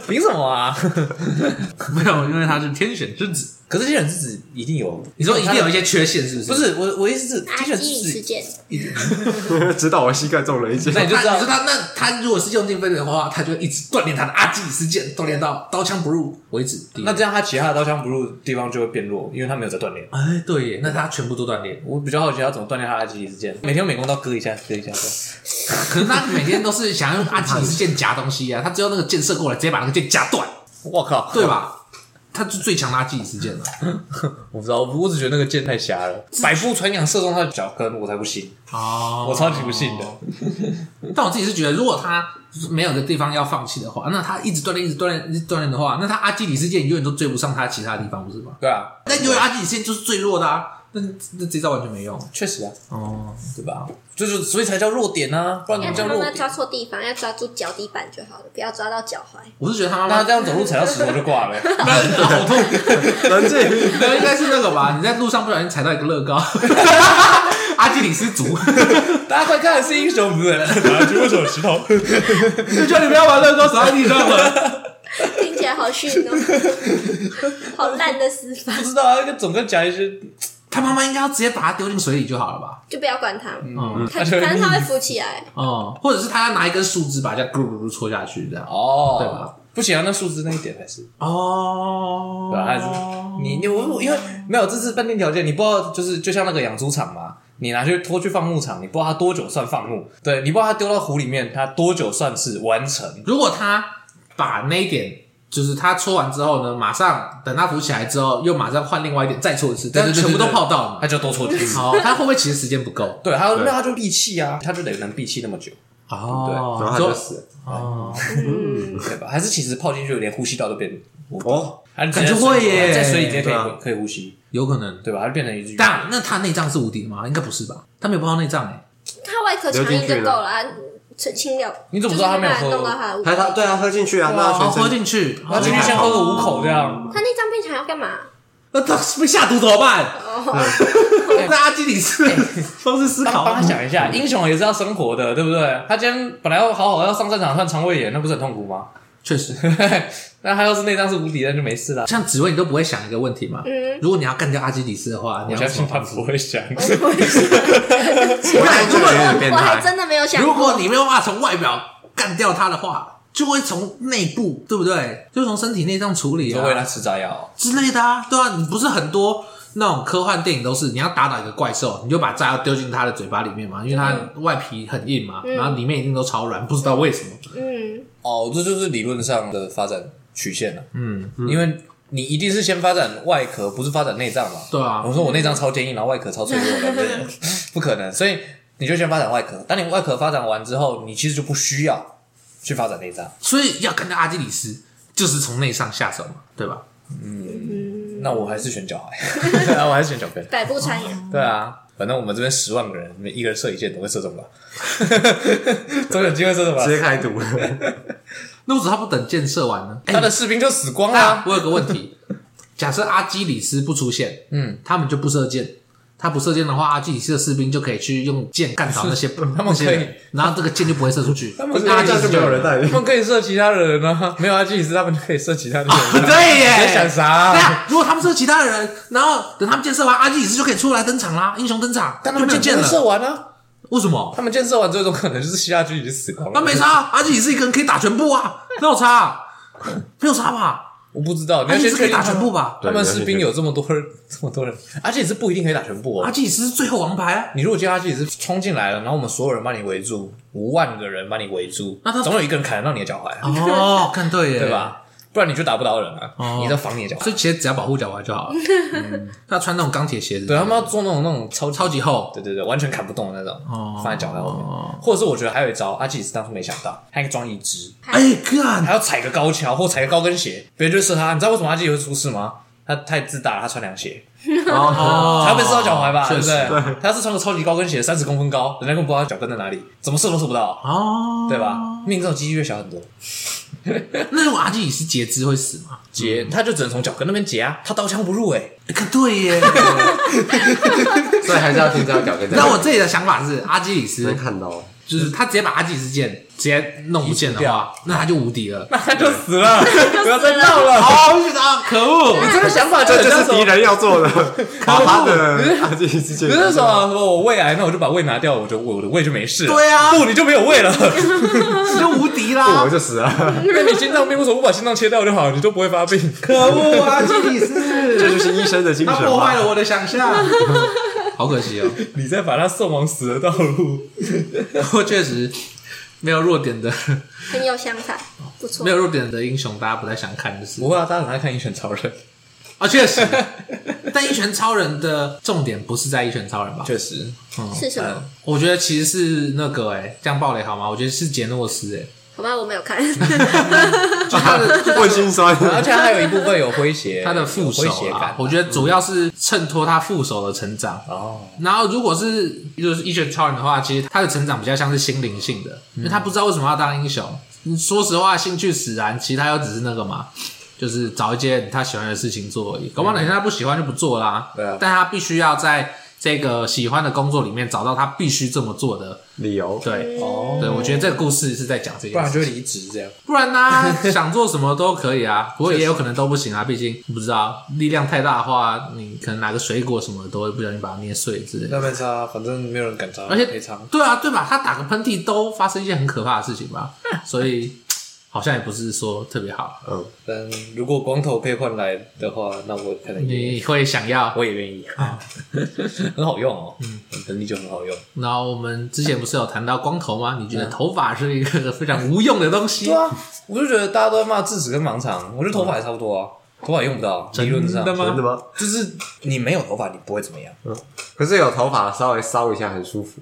S3: 凭什么啊？
S1: 没有，因为他是天选之子。
S3: 可是天选之子一定有，
S1: 你说一定有一些缺陷，是不是？
S3: 不，是我我意思是
S4: 阿
S3: 天选
S4: 基里
S3: 之
S4: 事
S3: 子，
S4: 件，
S2: 直到我膝盖中了一
S3: 那
S2: 箭，
S3: 你就
S1: 他
S3: 知道
S1: 你说他那他如果是用尽飞的话，他就一直锻炼他的阿基里斯腱，锻炼到刀枪不入为止。
S3: 那这样他其他的刀枪不入的地方就会变弱，因为他没有在锻炼。
S1: 哎，对耶，那他全部都锻炼，
S3: 我比较好奇他怎么锻炼他的肌力之间，每天用美工刀割一下，割一下，割一下
S1: 可是他每天都是想用阿基里斯腱夹东西啊，他只要那个箭射过来，直接把那个箭夹断，
S3: 我靠，
S1: 对吧？他是啊最强的阿基里斯腱了。
S3: 我不知道，我我只觉得那个箭太狭了，百步穿杨射中他的脚跟，我才不信，
S1: 哦
S3: 我超级不信的。
S1: 但我自己是觉得，如果他没有个地方要放弃的话，那他一直锻炼，一直锻炼，一直锻炼的话，那他阿基里斯腱永远都追不上他其他地方，不是吗？
S3: 对啊，
S1: 那因为阿基里斯腱就是最弱的啊，那那这招完全没用
S3: 确实啊，
S1: 哦。
S3: 对吧？就是所以才叫弱点啊，不然怎
S4: 要
S3: 么叫
S4: 他
S3: 弱
S4: 慢
S3: 点？
S4: 慢
S1: 哎
S4: 抓错地方，要抓住脚底板就好了，不要抓到脚踝。
S1: 我是觉得他妈
S3: 那他
S1: 妈
S3: 这样走路踩到石头就挂 了，
S1: 好痛，
S2: 能至于
S1: 那应该是那个吧？你在路上不小心踩到一个乐高， 阿基里斯族，
S3: 大家快看，是英雄啊不是？拿去为什么石头？
S1: 就叫你不要把乐高扫在地上了。
S4: 听起来好逊哦，好烂的死法，
S3: 不知道啊，那个总跟讲一些，
S1: 他妈妈应该要直接把它丢进水里就好了吧？
S4: 就不要管它。
S1: 嗯
S4: 它反正它会浮起来，
S1: 哦、或者是他要拿一根树枝把它这样咕噜咕噜戳下去这样。
S3: 哦，
S1: 对吧？
S3: 不行啊，那树枝那一点还是
S1: 哦，
S3: 对吧？还是你你我我因为没有这是判定条件，你不知道就是就像那个养猪场嘛，你拿去拖去放牧场，你不知道它多久算放牧，对你不知道它丢到湖里面它多久算是完成，
S1: 如果他把那一点，就是他戳完之后呢，马上等他浮起来之后，又马上换另外一点再戳一次，但
S3: 对
S1: 是
S3: 对
S1: 全部都
S3: 对对嗯
S1: 泡到
S3: 它
S1: 了。
S3: 就多错几次。
S1: 好，他会不会其实时间不够？
S3: 对，还有那它就闭气啊，它就得能闭气那么久，
S1: 哦，
S2: 然后他就死了。
S1: 哦，
S4: 嗯，
S3: 对吧？还是其实泡进去连呼吸道都变，
S2: 哦，
S3: 还
S1: 感觉会耶
S3: 在水里直接可
S2: 对
S3: 以
S2: 啊
S3: 可以呼吸，
S1: 有可能。
S3: 对吧？它就变成一只鱼。
S1: 但那他内脏是无敌的吗？应该不是吧？他没有碰到内脏哎。
S4: 它外壳强硬就够了啊，清清了。
S3: 你怎么知道它没有喝
S4: 就是办法弄到它的胃？
S2: 还他对啊，喝进去啊，那
S1: 哦，
S2: 他
S1: 喝
S2: 全身
S1: 进去，
S3: 它进去先喝个五口这样，
S4: 它内脏变强要干嘛？
S1: 那他被下毒怎么办？
S4: 哦，
S1: 那阿基里斯方式思
S3: 帮
S1: 考啊
S3: 帮他想一下，英雄也是要生活的，对不对？他今天本来要好好的要上战场犯肠胃炎，那不是很痛苦吗？
S1: 确实，
S3: 那他要是内脏是无敌的，那就没事啦。
S1: 像紫薇你都不会想一个问题嘛？
S4: 嗯，
S1: 如果你要干掉阿基里斯的话，你
S3: 我
S1: 要
S3: 相
S1: 怎
S3: 信
S1: 么
S3: 他
S1: 办？
S3: 不会想，
S2: 我感觉有点变
S4: 我还
S2: 态。
S4: 真的没有想
S1: 如
S4: 过。
S1: 果你没有办法从外表干掉他的话，就会从内部，对不对？就从身体内脏处理
S3: 就喂他
S1: 啊
S3: 吃炸药。
S1: 之类的啊，对啊，你不是很多那种科幻电影都是你要打倒一个怪兽，你就把炸药丢进他的嘴巴里面嘛，因为它外皮很硬嘛，然后里面一定都超软，不知道为什么。
S4: 嗯，
S3: 哦，这就是理论上的发展曲线了、
S1: 嗯，
S3: 因为你一定是先发展外壳，不是发展内脏嘛。
S1: 对啊
S3: 我说我内脏超坚硬，然后外壳超脆弱的，对不对不可能。所以你就先发展外壳，当你外壳发展完之后，你其实就不需要去发展内脏。
S1: 所以要干掉阿基里斯，就是从内上下手嘛，对吧？
S3: 那我还是选脚踝，啊那我还是选脚跟。
S4: 百步穿杨，
S3: 对啊，反正我们这边十万个人，每一个人射一箭，总会射中吧？ 总有机会射中吧
S2: 直？接开毒，
S1: 那为什么他不等箭射完呢？哎
S3: 他的士兵就死光啊
S1: 那
S3: 啦、
S1: 我有个问题，假设阿基里斯不出现，
S3: 嗯，
S1: 他们就不射箭，他不射箭的话，阿基里斯的士兵就可以去用箭干倒那些
S3: 他
S1: 那
S3: 们
S1: 些
S3: 可以
S1: 人，然后这个箭就不会射出去。
S3: 们
S1: 阿
S2: 那
S1: 基里
S2: 这样
S1: 斯
S2: 就
S1: 就
S2: 没有 人带
S3: 他们可以射其他人啊，没有阿基里斯，他们就可以射其他人。
S1: 对耶，
S3: 你在想啥
S1: 对啊，如果他们射其他人，然后等他们箭射完，阿基里斯就可以出来登场啦，英雄登场，
S3: 但他
S1: 就
S3: 们
S1: 没有箭
S3: 建设
S1: 了。
S3: 完啊，
S1: 为什么？
S3: 他们建设完最终可能就是希腊军已经死光了。
S1: 那没差啊，阿基里斯一个人可以打全部啊，那有差啊？ 没有差吧？
S3: 我不知道，你
S1: 阿
S3: 要
S1: 基里
S3: 先
S1: 斯哎可
S3: 确
S1: 以
S3: 定
S1: 打
S3: 他
S1: 全
S3: 们
S1: 部吧？
S3: 他们士兵
S2: 对
S3: 有这么多人， 这么多人，阿基里斯不一定可以打全部
S1: 阿
S3: 哦。
S1: 基里斯是最后王牌啊，
S3: 你如果今天阿基里斯冲进来了，然后我们所有人把你围住，五万个人把你围住
S1: 那他，
S3: 总有一个人砍得到你的脚踝啊，
S1: 哦，看对耶，
S3: 对？吧？不然你就打不到人啊
S1: 哦，
S3: 你在防你的脚
S1: 所
S3: 踝。
S1: 以其实只要保护脚踝就好了。嗯他穿那种钢铁鞋子，
S3: 对他们要做那种那种超
S1: 超级厚，
S3: 对对对，完全砍不动的那种，
S1: 哦
S3: 放在脚在后面，或者是我觉得还有一招，阿基里斯当初没想到，他可以装一只，
S1: 哎干，
S3: 还要踩个高跷或踩个高跟鞋，别人就射他。你知道为什么阿基里会出事吗？他太自大了，他穿凉鞋，
S1: 哦，
S3: 他被射到脚踝吧，
S1: 确
S3: 对不
S1: 实
S3: 对？他是穿个超级高跟鞋，三十公分高，人家根本不知道他脚跟在哪里，怎么射都射不到，
S1: 哦，
S3: 对吧？命中的几率越小很多。
S1: 那如果阿基里斯截肢会死吗？
S3: 截，他就只能从脚跟那边截啊，他刀枪不入哎、
S1: 哎看 对耶。
S2: 所以还是要听这样讲跟大家。
S1: 那我自己的想法是，阿基里斯
S2: 能看到，
S1: 就是他直接把阿基里斯剑直接弄不见的
S3: 移除
S1: 话
S3: 掉，
S1: 那他就无敌了。
S3: 那 他就死了， 不要再闹了。
S1: 好，我去打，可恶！
S3: 你这个想法就
S2: 这
S3: 很
S2: 就
S3: 像
S2: 是
S3: 什
S2: 敌
S3: 么？
S2: 人要做 的，把他的阿基里斯剑
S3: 不是什么什么我胃癌，那我就把胃拿掉，我就我的胃就没事了。
S1: 对啊
S3: 不你就没有胃了。
S1: 你就无敌
S2: 我
S1: 啦！
S2: 就死了，
S3: 那你心脏病为什么不把心脏切掉就好，你就不会发病？
S1: 可恶，阿基里 斯，
S2: 这就是医生的精
S1: 他
S2: 神
S1: 破坏
S2: 嘛。
S1: 了我的想象， 好可惜哦。
S3: 你再把他送往死的道路。
S1: 不 过确实没有弱点的，
S4: 很有想法，不错
S1: 没。有弱点的英雄，大家不太想看，就是
S3: 不会啊，大家很爱看《一拳超人》，
S1: 啊，确实。但一拳超人的重点不是在一拳超人吧？
S3: 确实，
S4: 是什么？
S1: 我觉得其实是那个哎、这样暴雷好吗？我觉得是杰诺斯哎、
S4: 好吧，我没有看。
S1: 就他的
S2: 问心 酸，
S3: 而且还有一部分有诙谐，
S1: 他的副手
S3: 有诙谐
S1: 啊
S3: 感，。嗯
S1: 我觉得主要是衬托他副手的成长。
S3: 哦，
S1: 然后如果是就是一拳超人的话，其实他的成长比较像是心灵性的，
S3: 嗯
S1: 因为他不知道为什么要当英雄。你说实话，兴趣使然，其实他又只是那个嘛，就是找一件他喜欢的事情做而已。搞不好哪天他不喜欢就不做啦。
S3: 对啊
S1: 但他必须要在这个喜欢的工作里面找到他必须这么做的。
S2: 理由
S1: 对，
S3: 哦
S1: 对，我觉得这个故事是在讲这
S3: 不
S1: 件
S3: 然
S1: 事。
S3: 就离职这样。
S1: 不然呢、 想做什么都可以啊，不过也有可能都不行啊，毕竟不知道力量太大的话，你可能拿个水果什么的都会不小心把它捏碎之类的。
S3: 那没差，啊反正没有人敢查，
S1: 而
S3: 赔
S1: 且
S3: 偿。
S1: 对啊，对吧？他打个喷嚏都发生一件很可怕的事情吧，
S3: 嗯
S1: 所以好像也不是说特别好。
S2: 嗯
S3: 但如果光头可以换来的话，那我可能也
S1: 你会想要？
S3: 我也愿意啊， 很好用哦，嗯，能力就很好用。
S1: 然后我们之前不是有谈到光头吗？你
S2: 嗯
S1: 觉得头发是一个 非常无用的东西
S3: 对？啊，我就觉得大家都在骂智齿跟盲肠，我觉得头发也差不多啊，头发也用不到，理论上
S1: 真的吗
S2: 真的吗？
S3: 就是你没有头发，你不会怎么样
S2: 可是有头发稍微搔一下很舒服，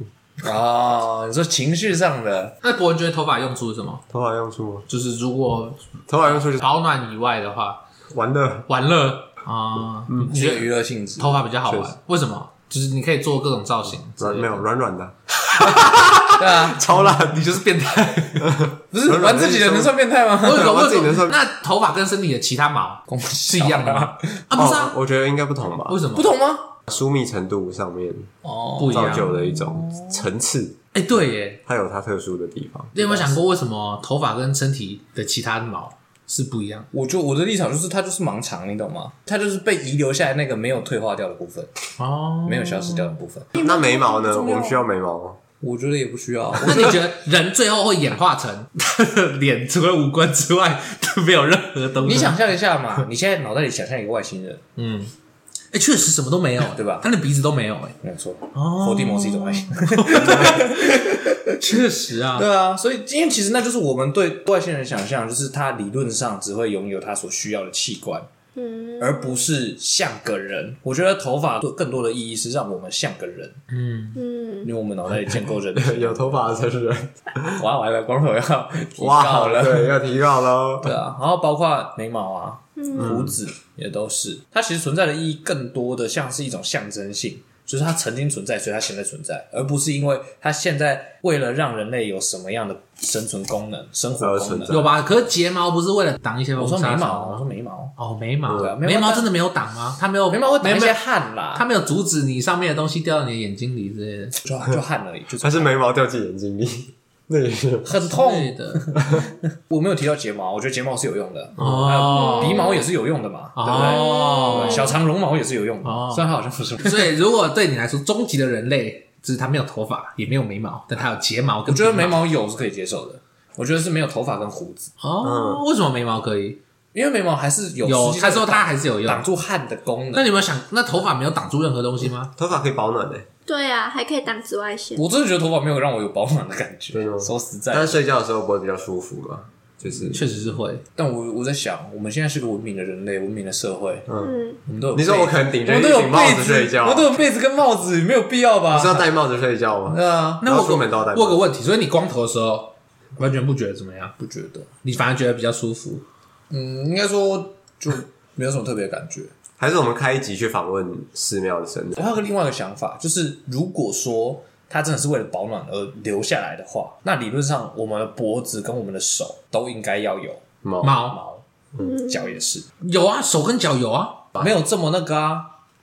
S3: 啊。你说情绪上的，
S1: 那博文觉得头发用处是什么？
S2: 头发用处吗？
S1: 就是如果
S2: 头发用处就是
S1: 保暖以外的话，
S2: 玩乐，
S1: 玩乐啊，你
S3: 你觉
S1: 觉
S3: 得
S1: 得
S3: 娱乐性质，
S1: 头发比较好
S2: 嗯确
S1: 玩？为什么？就是你可以做各种造型，
S2: 软没有软软的，
S3: 对啊，
S2: 超烂，
S1: 你就是变 态。
S3: 不是玩自己的能算变态
S1: 为
S3: 吗？
S1: 什么？
S2: 我自己
S1: 为
S2: 能
S1: 什
S2: 说
S1: 么？那头发跟身体的其他毛是
S3: 是
S1: 一样的吗？？啊，不是啊
S2: 哦，，我觉得应该不同吧
S1: 为，什么？
S3: 不懂吗？
S2: 疏密程度上面
S3: 哦，
S1: 不一
S2: 造
S1: 样。
S2: 就的一种层次，
S1: 哎、对耶，
S2: 它有它特殊的地方。
S1: 你有没有想过为什么头发跟身体的其他毛是不一样？
S3: 我就我的立场就是，它就是盲肠，你懂吗？它就是被遗留下来那个没有退化掉的部分，
S1: 哦，
S3: 没有消失掉的部分。
S2: 那眉毛呢？我们需要眉毛吗？
S3: 我觉得也不需要，
S1: 那你觉得人最后会演化成 他的脸除了五官之外都没有任何东西？
S3: 你，想象一下嘛，你现在脑袋里想象一个外星人，
S1: 嗯，哎、确实什么都没 有，
S3: 对吧
S1: 他连鼻子都没有、
S3: 没有错，
S1: 哦
S3: 伏地魔是一种外星人。
S1: 哎，确实啊，
S3: 对啊，所以因为其实那就是我们对外星人的想象，就是他理论上只会拥有他所需要的器官，
S4: 嗯，
S3: 而不是像个人。我觉得头发多更多的意义是让我们像个人，
S1: 嗯，
S4: 嗯，
S3: 因为我们脑袋里建构人体。
S2: 有头发的才是人，
S3: 哇，我还把光头要提
S2: 哇，
S3: 高了。
S2: 对，要提高哦喽。
S3: 对
S1: 嗯
S3: 啊，然后包括眉毛啊、
S4: 嗯
S3: 胡子也都是，它其实存在的意义更多的像是一种象征性。就是它曾经存在，所以它现在存在，而不是因为它现在为了让人类有什么样的生存功能、生活
S2: 而
S3: 功
S2: 存在
S3: 能。
S1: 有吧？可是睫毛不是为了挡一些
S3: 我
S1: 我
S3: 说眉毛，我说眉毛，
S1: 哦，眉毛
S3: 对啊眉毛
S1: 眉毛真的没有挡吗？它没有
S3: 眉毛会打一
S1: 没
S3: 些
S1: 有
S3: 汗啦，
S1: 它没有阻止你上面的东西掉到你的眼睛里之类的，
S3: 就就汗而已，就是
S2: 他是眉毛掉进眼睛里， 那也是
S3: 很
S1: 对
S3: 痛。
S1: 的。
S3: 我没有提到睫毛，我觉得睫毛是有用的，
S1: 哦
S3: 鼻毛也是有用的嘛，对不对？
S1: 哦，
S3: 小长绒毛也是有用的
S1: 哦，
S3: 虽然它好像不是。
S1: 所以如果对你来说，终极的人类只是他没有头发，也没有眉毛，但他有睫毛跟
S3: 我觉得
S1: 鼻
S3: 眉毛有是可以接受的，我觉得是没有头发跟胡子，
S1: 哦，为什么眉毛可以？
S3: 因为眉毛还是嗯有
S1: 有，
S3: 实际
S1: 他
S3: 上
S1: 说他还是有
S3: 挡
S1: 用。
S3: 住汗的功
S1: 那
S3: 能。
S1: 你有没有想，那头发没有挡住任何东西吗？
S2: 头发可以保暖的、欸
S4: 对啊，还可以挡紫外线。
S3: 我真的觉得头发没有让我有保暖的感觉
S2: 真的，吗
S3: 说实在
S2: 哦但
S3: 的，
S2: 是睡觉的时候不会比较舒服嘛？就是
S1: 确实是会，
S3: 但我我在想，我们现在是个文明的人类，文明的社会，
S4: 嗯，
S3: 我们都有
S2: 你说
S3: 被
S2: 我可能顶
S3: 我
S2: 着
S3: 们
S2: 一
S3: 都有
S2: 顶帽
S3: 被
S2: 子
S3: 子
S2: 睡觉，啊
S3: 我们都有被子跟帽子，没有必要吧？
S2: 你是要戴帽子睡觉吗？
S3: 对啊，
S1: 那
S2: 然
S1: 我
S2: 后
S1: 有个
S2: 出门都要戴
S1: 我有个
S2: 帽子。
S1: 问题，所以你光头的时候完全不觉得怎么样，
S3: 不觉得，
S1: 你反而觉得比较舒服。
S3: 嗯，应该说就没有什么特别的感觉。
S2: 还是我们开一集去访问寺庙的神
S3: 我还有个另外一个想法，就是如果说它真的是为了保暖而留下来的话，那理论上我们的脖子跟我们的手都应该要有
S2: 猫，
S1: 毛
S3: 毛，脚也是，
S1: 有啊，手跟脚有啊，
S3: 没有这么那个啊。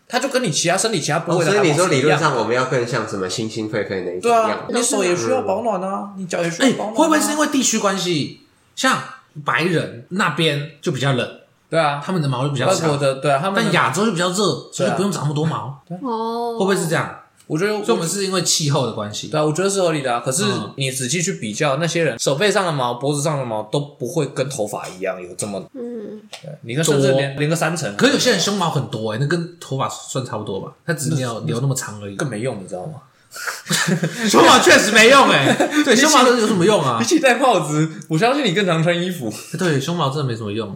S3: 它就跟你其他身体其他部
S2: 哦
S3: 位的
S2: 所
S3: 汗毛
S2: 以
S3: 是一
S2: 你
S3: 样
S2: 说
S3: 的、
S2: 理论上我们要更像什么星星、狒狒那一种
S3: 对
S2: 一
S3: 啊
S2: 样，
S3: 你手也需要保暖啊，你脚也需
S1: 哎、
S3: 要保暖、啊
S1: 会不会是因为地区关系？像白人那边就比较冷，
S3: 对啊，
S1: 他们的毛就比较
S3: 外国啊
S1: 长，
S3: 的对啊，他们
S1: 但
S3: 牙
S1: 亚洲就比较热，所以就不用长那么多毛，
S4: 哦，
S1: 会不会是这样？
S3: 我觉得
S1: 所以我们是因为气候的关系。
S3: 对啊，我觉得是合理的啊。可是
S1: 嗯
S3: 你仔细去比较，那些人手背上的毛、脖子上的毛都不会跟头发一样有这么，
S4: 嗯，
S3: 你看甚至
S1: 多
S3: 连连个三层，
S1: 可是有些人胸毛很多哎、那跟头发算差不多吧？他只是没有留那么长而已。
S3: 更没用，你知道吗？
S1: 胸毛确实没用哎、 对，胸毛有什么用啊
S3: 比？起戴帽子，我相信你更常穿衣服，
S1: 对，胸毛真的没什么用、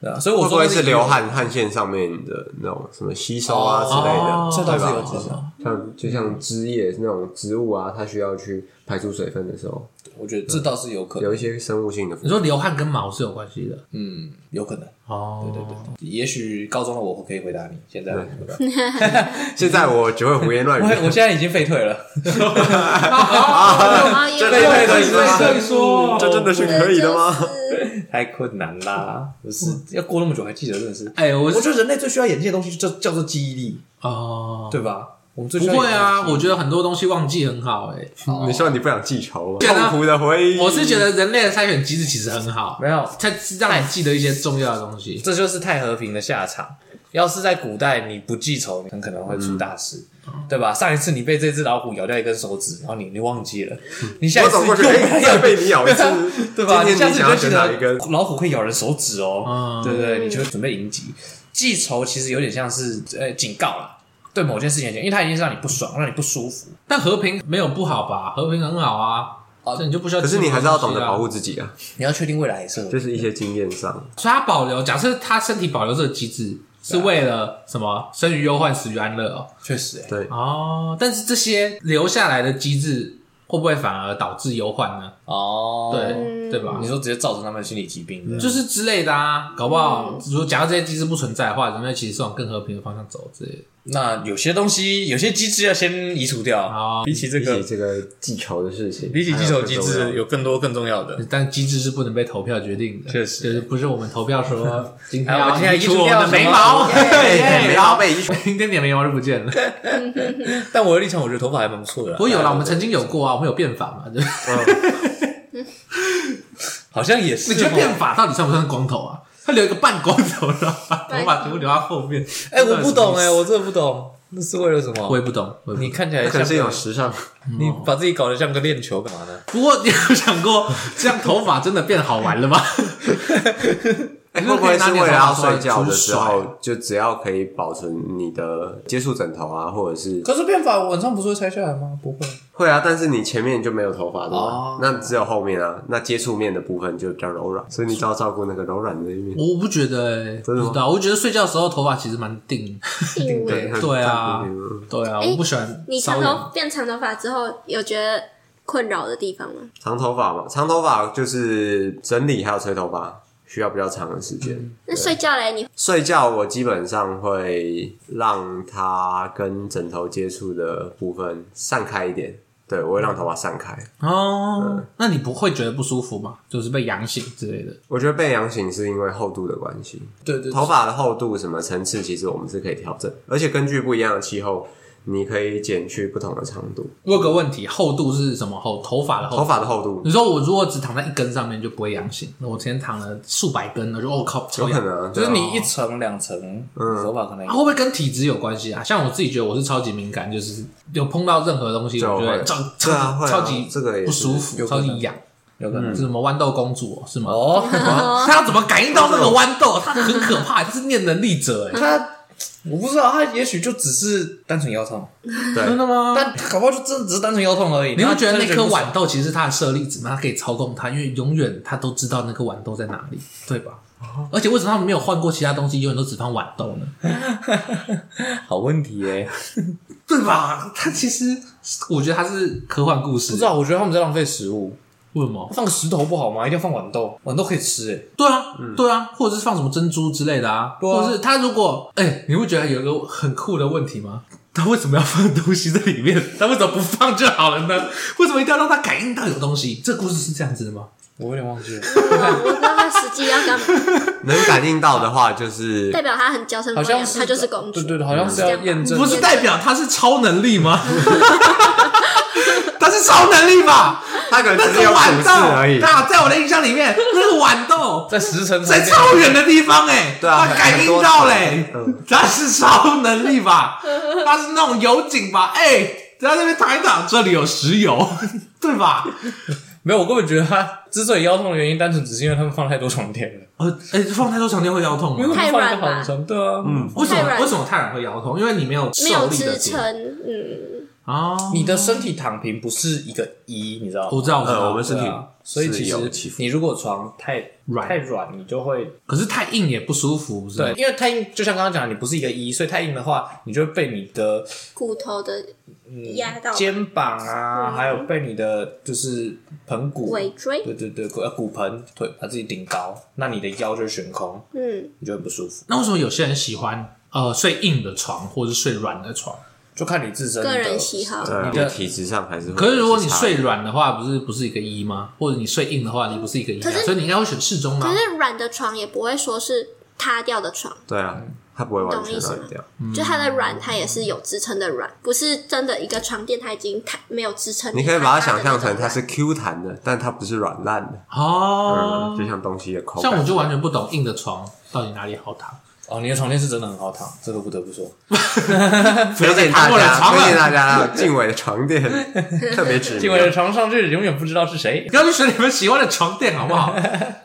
S3: 对啊。所以我
S2: 会不
S3: 说
S2: 会
S3: 那
S2: 是
S3: 个
S2: 流汗汗腺上面的那种什么吸收啊之类
S1: 哦
S2: 的？
S3: 这倒是有
S2: 对
S3: 至
S2: 吧
S3: 少，
S2: 像就像枝叶那种植物啊，它需要去排出水分的时候，
S3: 我觉得这倒是有可能
S2: 哦有，一些生物性的。
S1: 你说流汗跟毛是有关系的
S3: 嗯，有可能。
S1: 哦，对对对。
S3: 也许高中的我可以回答你，现在我不知道
S2: 现在我只会胡言乱
S3: 我
S2: 语，
S3: 我现在已经废退了，
S4: 然后哦啊也
S2: 这
S3: 废
S2: 个
S3: 退
S2: 也可
S3: 了，
S2: 以
S3: 已经
S1: 啊
S3: 退
S1: 说
S2: 这真的是可以的吗？？
S3: 太困难啦！不是要过那么久还记得，真的是。
S1: 哎、我
S3: 我觉得人类最需要眼睛的东西就叫做记忆力，
S1: 哦，
S3: 对吧？我们最需
S1: 不
S3: 要
S1: 会啊，
S3: 眼睛
S1: 我觉得很多东西忘记很好哎、
S2: 你说你不想记仇吗？
S1: 觉得
S2: 痛苦的回忆，
S1: 我是觉得人类的筛选机制其实很好
S3: 没，有，
S1: 它让你记得一些重要的东西。
S3: 这就是太和平的下场。要是在古代，你不记仇，你很可能会出大事，
S2: 嗯
S3: 对吧？上一次你被这只老虎咬掉一根手指，然后你你忘记了，你下一
S2: 嗯我走
S3: 次又
S2: 过去，
S3: 被
S2: 哎，
S3: 咬，
S2: 再被你咬一次
S3: 对吧？
S2: 今
S3: 你下
S2: 天
S3: 次
S2: 想要
S3: 就
S2: 选
S3: 记
S2: 哪一根
S3: 得？老虎会咬人手指哦，
S1: 嗯
S3: 对不对？你就准备迎击。记仇其实有点像是呃警告啦，对某件事情的警告，因为它已经让你不爽，让你不舒服。
S1: 但和平没有不好吧？和平很好啊，
S3: 哦
S1: 这你就不需要。
S2: 可是你还是要懂得保护，自己啊，
S3: 你要确定未来也是和
S2: 就是一些经验上。
S1: 所以他保留，假设他身体保留这个机制。
S3: 啊
S1: 是为了什么？生于忧患，死于安乐哦。
S3: 确实、欸，
S2: 对，
S1: 哦，但是这些留下来的机制会不会反而导致忧患呢？
S3: 哦，
S1: 对、
S4: 嗯
S1: 对吧？
S3: 你说直接造成他们心理疾
S2: 嗯
S3: 病，
S1: 就是之类的啊，搞不好、
S3: 嗯
S1: 如果假如这些机制不存在的话，人类其实是往更和平的方向走之类的。
S3: 那有些东西，有些机制要先移除掉。
S1: 哦
S3: 比起这
S2: 比起
S3: 个，
S2: 这个记仇的事情，
S3: 比起
S2: 还
S3: 记
S2: 有
S3: 仇
S2: 更
S3: 机
S2: 重要
S3: 制，有更多更重要的。
S1: 但机制是不能被投票决定的，
S3: 确实
S1: 就是不是我们投票 说今天
S3: 哎我
S1: 要
S3: 今天
S1: 移除
S3: 移除
S1: 我
S3: 掉
S1: 们的眉 毛，
S3: 什么哎
S1: 对
S2: 眉 毛被移除，
S1: 明天你的眉毛就不见了。
S3: 但我的立场，我觉得头发还蛮不错的啦。
S1: 不过有啦，我们
S3: 哎对嗯
S1: 曾经有过啊，我们有变法嘛？就是
S3: 好像也是。
S1: 你觉得
S3: 哦
S1: 变法到底算不算光头啊？他留一个半光头，然后把头发全部留到后面。
S3: 哎，我不懂
S1: 哎，
S3: 哎，我真的不懂，那是为了什
S1: 我
S3: 么？
S1: 也不懂。我也不懂
S3: 你看起来
S2: 那可能
S3: 像
S2: 是一种
S3: 个，
S2: 时尚。
S3: 你
S1: 哦
S3: 把自己搞得像个练球干嘛呢？
S1: 不过你有想过，这样头发真的变好玩了吗？
S2: 哎
S1: 你
S2: 会
S1: 就
S2: 不
S1: 可以
S2: 会
S1: 拿
S2: 是
S1: 你
S2: 为
S1: 的
S2: 了
S1: 头发出来
S2: 要睡觉的时
S1: 出甩
S2: 候，就只要可以保存你的接触枕头啊，或者是
S3: 可是变法晚上不是会拆下来吗？不会。
S2: 会啊，但是你前面就没有头发对
S3: 哦
S2: 吧？那只有后面啊，那接触面的部分就比较柔软，所以你只要照顾那个柔软的那一 面。
S1: 我不觉得、欸，不
S2: 的吗
S1: 知道。我觉得睡觉的时候头发其实蛮定，
S4: 定位。
S2: 很
S1: 对啊
S2: 很嗯
S1: 对啊，
S4: 欸
S1: 我不喜欢
S4: 你
S1: 骚
S4: 长
S1: 扰。
S4: 头变长头发之后，有觉得困扰的地方吗？
S2: 长头发嘛，长头发就是整理还有吹头发。需要比较长的时间。
S4: 那睡觉嘞，你
S2: 睡觉我基本上会让它跟枕头接触的部分散开一点，对我会让头发散开。
S1: 哦，那你不会觉得不舒服吗？就是被痒醒之类的。
S2: 我觉得被痒醒是因为厚度的关系，
S3: 对对
S2: 头发的厚度什么层次，其实我们是可以调整，而且根据不一样的气候，你可以减去不同的长度。
S1: 我有个问题，厚度是什么厚？头发的厚
S2: 头
S1: 度？
S2: 发的厚度
S1: 你说我如果只躺在一根上面就不会痒醒，那我之前躺了数百根，我就哦靠，
S2: 有
S1: 超
S2: 可
S1: 痒。
S2: 能啊，
S3: 就是
S2: 对啊
S3: 你一层两层，手法可能
S1: 啊，会不会跟体质有关系啊？像我自己觉得我是超级敏感，就是有碰到任何东西，
S2: 就
S1: 我
S2: 会
S1: 觉得超
S2: 对啊
S1: 超
S2: 会啊
S1: 超级
S2: 这个也是
S1: 不舒服，
S3: 有
S1: 超
S3: 可能
S1: 级痒。
S3: 有可能
S1: 是什么豌豆公主哦是吗？
S3: 哦，
S1: 他怎么感应到那个豌豆？他很可怕，他是念能力者 哎。
S3: 他我不知道，他也许就只是单纯腰痛，
S1: 真
S2: 对
S1: 的吗？
S3: 但搞不好就真的只是单纯腰痛而已。
S1: 你会觉得
S3: 然后
S1: 那
S3: 就
S1: 颗
S3: 不爽
S1: 豌豆其实是他的舍利子吗？他可以操控它，因为永远他都知道那颗豌豆在哪里，对吧？而且为什么他们没有换过其他东西，永远都只放豌豆呢？
S3: 好问题耶？
S1: 对吧？他其实我觉得他是科幻故事
S3: 不知，道，我觉得他们在浪费食物，
S1: 为什么？
S3: 放石头不好吗？一定要放豌豆，豌豆可以吃欸诶。
S1: 对啊，对啊，或者是放什么珍珠之类的啊，
S3: 对啊
S1: 或者是他如果哎、你会觉得有一个很酷的问题吗？他为什么要放东西在里面？ 他为什么不放就好了呢？为什么一定要让他感应到有东西？这故事是这样子的吗？
S3: 我有点忘记了，
S4: 我我不知道他实际要干嘛，
S2: 能感应到的话，就是
S4: 代表他很娇生
S3: 好
S4: 惯
S3: 像
S4: 养，
S3: 是
S4: 他就是公
S3: 对。
S4: 主
S3: 对对，好像是要验证
S1: 不是代表他是超能力 吗？他是超能力吧？
S2: 它可能
S1: 那
S2: 只
S1: 个
S2: 是有
S1: 豌
S2: 普适而已
S1: 豆，。那在我的印象里面，那个豌豆
S3: 在十层
S1: 在超远的地方、哎，
S2: 对啊
S1: 他感应到嘞、
S2: 很多层嗯
S1: 他是超能力 吧？他是那种油井吧？哎、在那边躺一躺，这里有石油， 对吧？
S3: 没有，我根本觉得他之所以腰痛的原因，单纯只是因为他们放太多床垫了，
S1: 呃，哎、放太多床垫会腰痛
S3: 因为
S1: 吗？
S3: 他们放一个
S4: 太软吧
S3: 好床，对啊，嗯，
S1: 为什
S4: 太
S1: 么？
S4: 软
S1: 为什么太阳会腰痛？因为你没有
S4: 没有
S1: 受力的
S4: 支
S1: 点
S4: 撑，嗯，
S1: 啊。
S3: 你的身体躺平不是一个一，你知道吗？
S1: 我知道，我知道，
S2: 呃，我们身体
S3: 对啊所以
S2: 是
S3: 其
S2: 有起
S3: 实
S2: 伏
S3: 你如果床太
S1: 软
S3: 太软，你就会
S1: 可是太硬也不舒服，是吗
S3: 对，因为太硬，就像刚刚讲，你不是一个一，所以太硬的话，你就会被你的
S4: 骨头的压到嗯
S3: 肩膀啊，还有被你的就是盆骨、
S4: 尾椎
S3: 对对对，骨呃骨盆、腿把自己顶高，那你的腰就会悬空，
S4: 嗯，
S3: 你就很不舒服。
S1: 那为什么有些人喜欢呃睡硬的床，或者是睡软的床？
S3: 就看你自身的
S4: 个人喜好。
S2: 对啊
S3: 你的
S2: 体质上还是会有一些差异。
S1: 可是如果你睡软的话，不是不是一个一吗？或者你睡硬的话，你不是一个一、啊
S4: 可是，
S1: 所以你应该会选适中啊
S4: 可。是软的床也不会说是塌掉的床，
S2: 对啊，
S1: 嗯
S2: 它不会完全
S4: 懂意思吗
S2: 软掉。
S4: 就它的软，它也是有支撑的软，不是真的一个床垫它已经塌没有支撑。
S2: 你可以把它想象
S4: 塌
S2: 成
S4: 的那种
S2: 它是
S4: 软
S2: Q 弹的，但它不是软烂的，
S1: 哦
S2: 嗯，，就像东西的口感。
S1: 像我就完全不懂硬的床到底哪里好躺。
S3: 哦，你的床垫是真的很好躺，这个不得不说。
S2: 推荐
S1: 躺
S2: 大
S1: 过了
S2: 家，
S1: 床
S2: 推荐
S1: 了，
S2: 大家 静伟的床垫特别指
S3: 进我的
S2: 名。
S3: 床上去，永远不知道是谁。
S1: 不要去选你们喜欢的床垫好不好？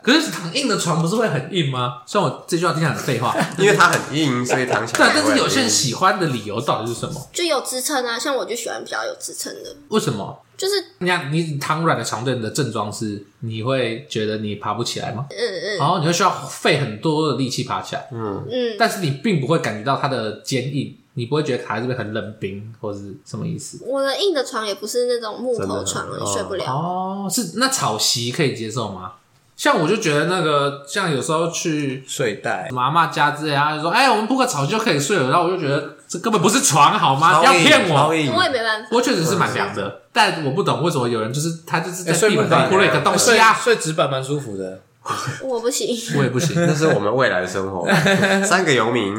S1: 可是躺硬的床不是会很硬吗？虽然我这句话听起来很废话，
S2: 因为它很硬，所以躺起
S1: 对啊，
S2: 来不会
S1: 但
S2: 很硬。
S1: 是有些人喜欢的理由到底是什么？
S4: 就有支撑啊，像我就喜欢比较有支撑的，
S1: 为什么？
S4: 就是
S1: 你看，你躺软的床垫的症状是，你会觉得你爬不起来吗？
S4: 嗯嗯
S1: 然后你会需要费很多的力气爬起来，
S4: 嗯，
S1: 但是你并不会感觉到它的坚硬，你不会觉得卡在这边很冷冰或者是什么意思。
S4: 我的硬的床也不是那种木头床，
S2: 真的很
S4: 睡不了。
S1: 哦，是那草席可以接受吗？像我就觉得那个，像有时候去
S3: 睡袋
S1: 什，么阿妈家之类，然后就说：“哎、我们铺个草席就可以睡了。”然后我就觉得这根本不是床好吗？
S2: 超
S1: 不啊要
S2: 硬
S1: 骗
S2: 超
S1: 我！
S2: 硬
S4: 我也没办法，
S1: 我确实是蛮凉的，但我不懂为什么有人就是他就是在
S3: 哎睡
S1: 地
S3: 不哎
S1: 板上
S3: 板
S1: 铺了一个东西啊，
S3: 睡睡纸板蛮舒服的。
S4: 我不行。
S1: 我也不行。
S2: 那是我们未来的生 活。三个游民，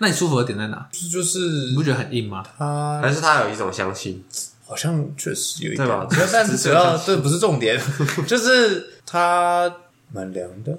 S1: 那你舒服的点在哪？
S3: 这就是
S1: 你不觉得很硬吗？
S3: 它
S2: 还是它有一种香气，
S3: 好像确实有一
S2: 对
S3: 点
S2: 吧，
S3: 只要但是主要这不是重点，就是它蛮凉的。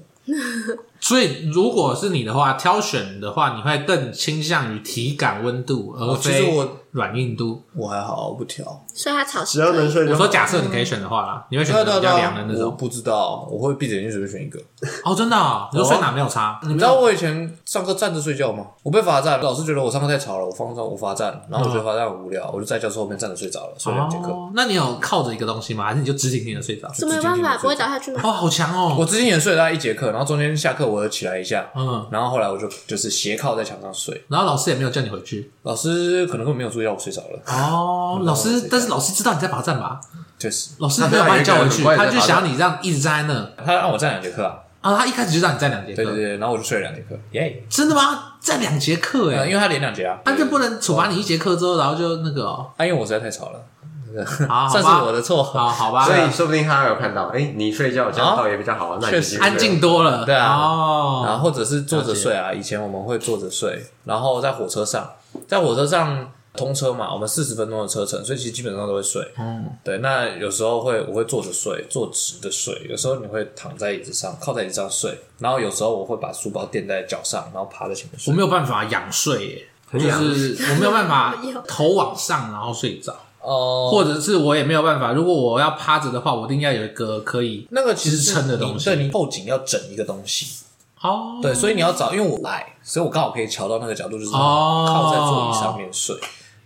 S1: 所以，如果是你的话，挑选的话，你会更倾向于体感温度，而
S3: 哦其实
S1: 非
S3: 我
S1: 软硬度。
S3: 我还好，我不挑。
S4: 所以它草席
S2: 只要
S4: 可
S2: 能
S4: 以，
S2: 睡就
S1: 我
S2: 好。
S1: 说，假设你可以选的话啦，你会选择比较凉的那
S3: 我
S1: 种。
S3: 不知道，我会闭着眼睛随便选一个。
S1: 哦，真的哦，你说睡哪没有差？你
S3: 你
S1: 没
S3: 知道
S1: 有
S3: 我以前上课站着睡觉吗？我被罚站，老师觉得我上课太吵了，我放上我罚站，然后我觉得罚站很无聊，我就在教室后面站着睡着了，睡两节课。
S1: 嗯哦，那你有靠着一个东西吗？还是你就直挺挺的睡着？
S4: 这没有办法，不会倒下去吗？
S1: 哦，好强
S3: 我
S1: 哦！
S3: 之前也睡了大概一节课，然后中间下课我又起来一下，
S1: 嗯，
S3: 然后后来我就就是斜靠在墙上睡。
S1: 然后老师也没有叫你回去
S3: 老师可能根本没有注意到我睡着了，
S1: 哦。老
S3: 我
S1: 师
S3: 睡，
S1: 但是老师知道你在罚站吧？
S3: 确实，
S1: 老师没有把你叫回去，
S2: 他
S1: 他
S2: 有一个人
S1: 就想要你这样一直站在那。
S3: 他让我站两节课啊，
S1: 啊，他一开始就让你站两节
S3: 对对
S1: 课，
S3: 对，然后我就睡了两节
S1: 嗯
S3: 课，耶、
S1: 真的吗？站两节课
S3: 嗯因
S1: 哎，
S3: 为他连两节啊，
S1: 他就不能处罚你一节课之后，然后就那个哦，
S3: 啊，因为我实在太吵了，那个
S1: 啊好好吧
S3: 算是我的错。
S1: 好好吧，
S2: 所以说不定他有看到，哎，你睡觉这样
S3: 哦
S2: 倒也比较好，啊那你
S3: 确
S2: 就
S3: 实
S2: 继续睡
S1: 安静多了，
S3: 对啊然
S1: 哦，
S3: 后或者是坐着睡啊，以前我们会坐着睡，然后在火车上，在火车上通车嘛，我们四十分钟的车程，所以其实基本上都会睡。
S1: 嗯，
S3: 对，那有时候会我会坐着睡，坐直的睡，有时候你会躺在椅子上，靠在椅子上睡，然后有时候我会把书包垫在脚上，然后趴在前面
S1: 我
S3: 睡。
S1: 没有办法仰睡耶，
S2: 很
S1: 就
S2: 痒
S1: 是我没有办 法
S4: 没有
S1: 头往上然后睡着，
S3: 哦、
S1: 或者是我也没有办法，如果我要趴着的话，我应该有一个可以
S3: 那个其实是
S1: 支撑的
S3: 你
S1: 东西
S3: 对你后颈要整一个东西，
S1: 哦，
S3: 对，所以你要找，因为我来，所以我刚好可以瞧到那个角度，就是
S1: 哦
S3: 靠在座椅上面睡。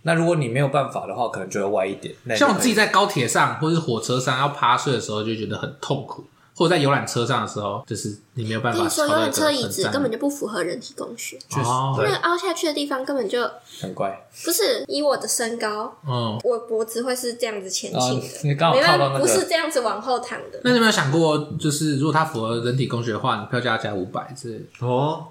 S3: 那如果你没有办法的话，可能就会歪一点。那你就
S1: 像我
S3: 可以
S1: 自己在高铁上或是火车上要趴睡的时候，就觉得很痛苦。或者在游览车上的时候，就是你没有办法
S4: 跟你说，
S1: 朝着一个
S4: 游
S1: 很站。
S4: 览车椅子根本就不符合人体工学，
S3: 确实
S1: 哦
S4: 那
S3: 对
S4: 个凹下去的地方根本就
S3: 很乖，
S4: 不是以我的身高，
S1: 嗯。
S4: 我脖子会是这样子前倾
S3: 啊
S4: 的，
S3: 你刚好
S4: 没办
S3: 靠
S4: 法
S3: 到那个
S4: 不是这样子往后躺的。
S1: 那你有没有想过，就是如果它符合人体工学的话，你票价加五百之类的？
S2: 哦，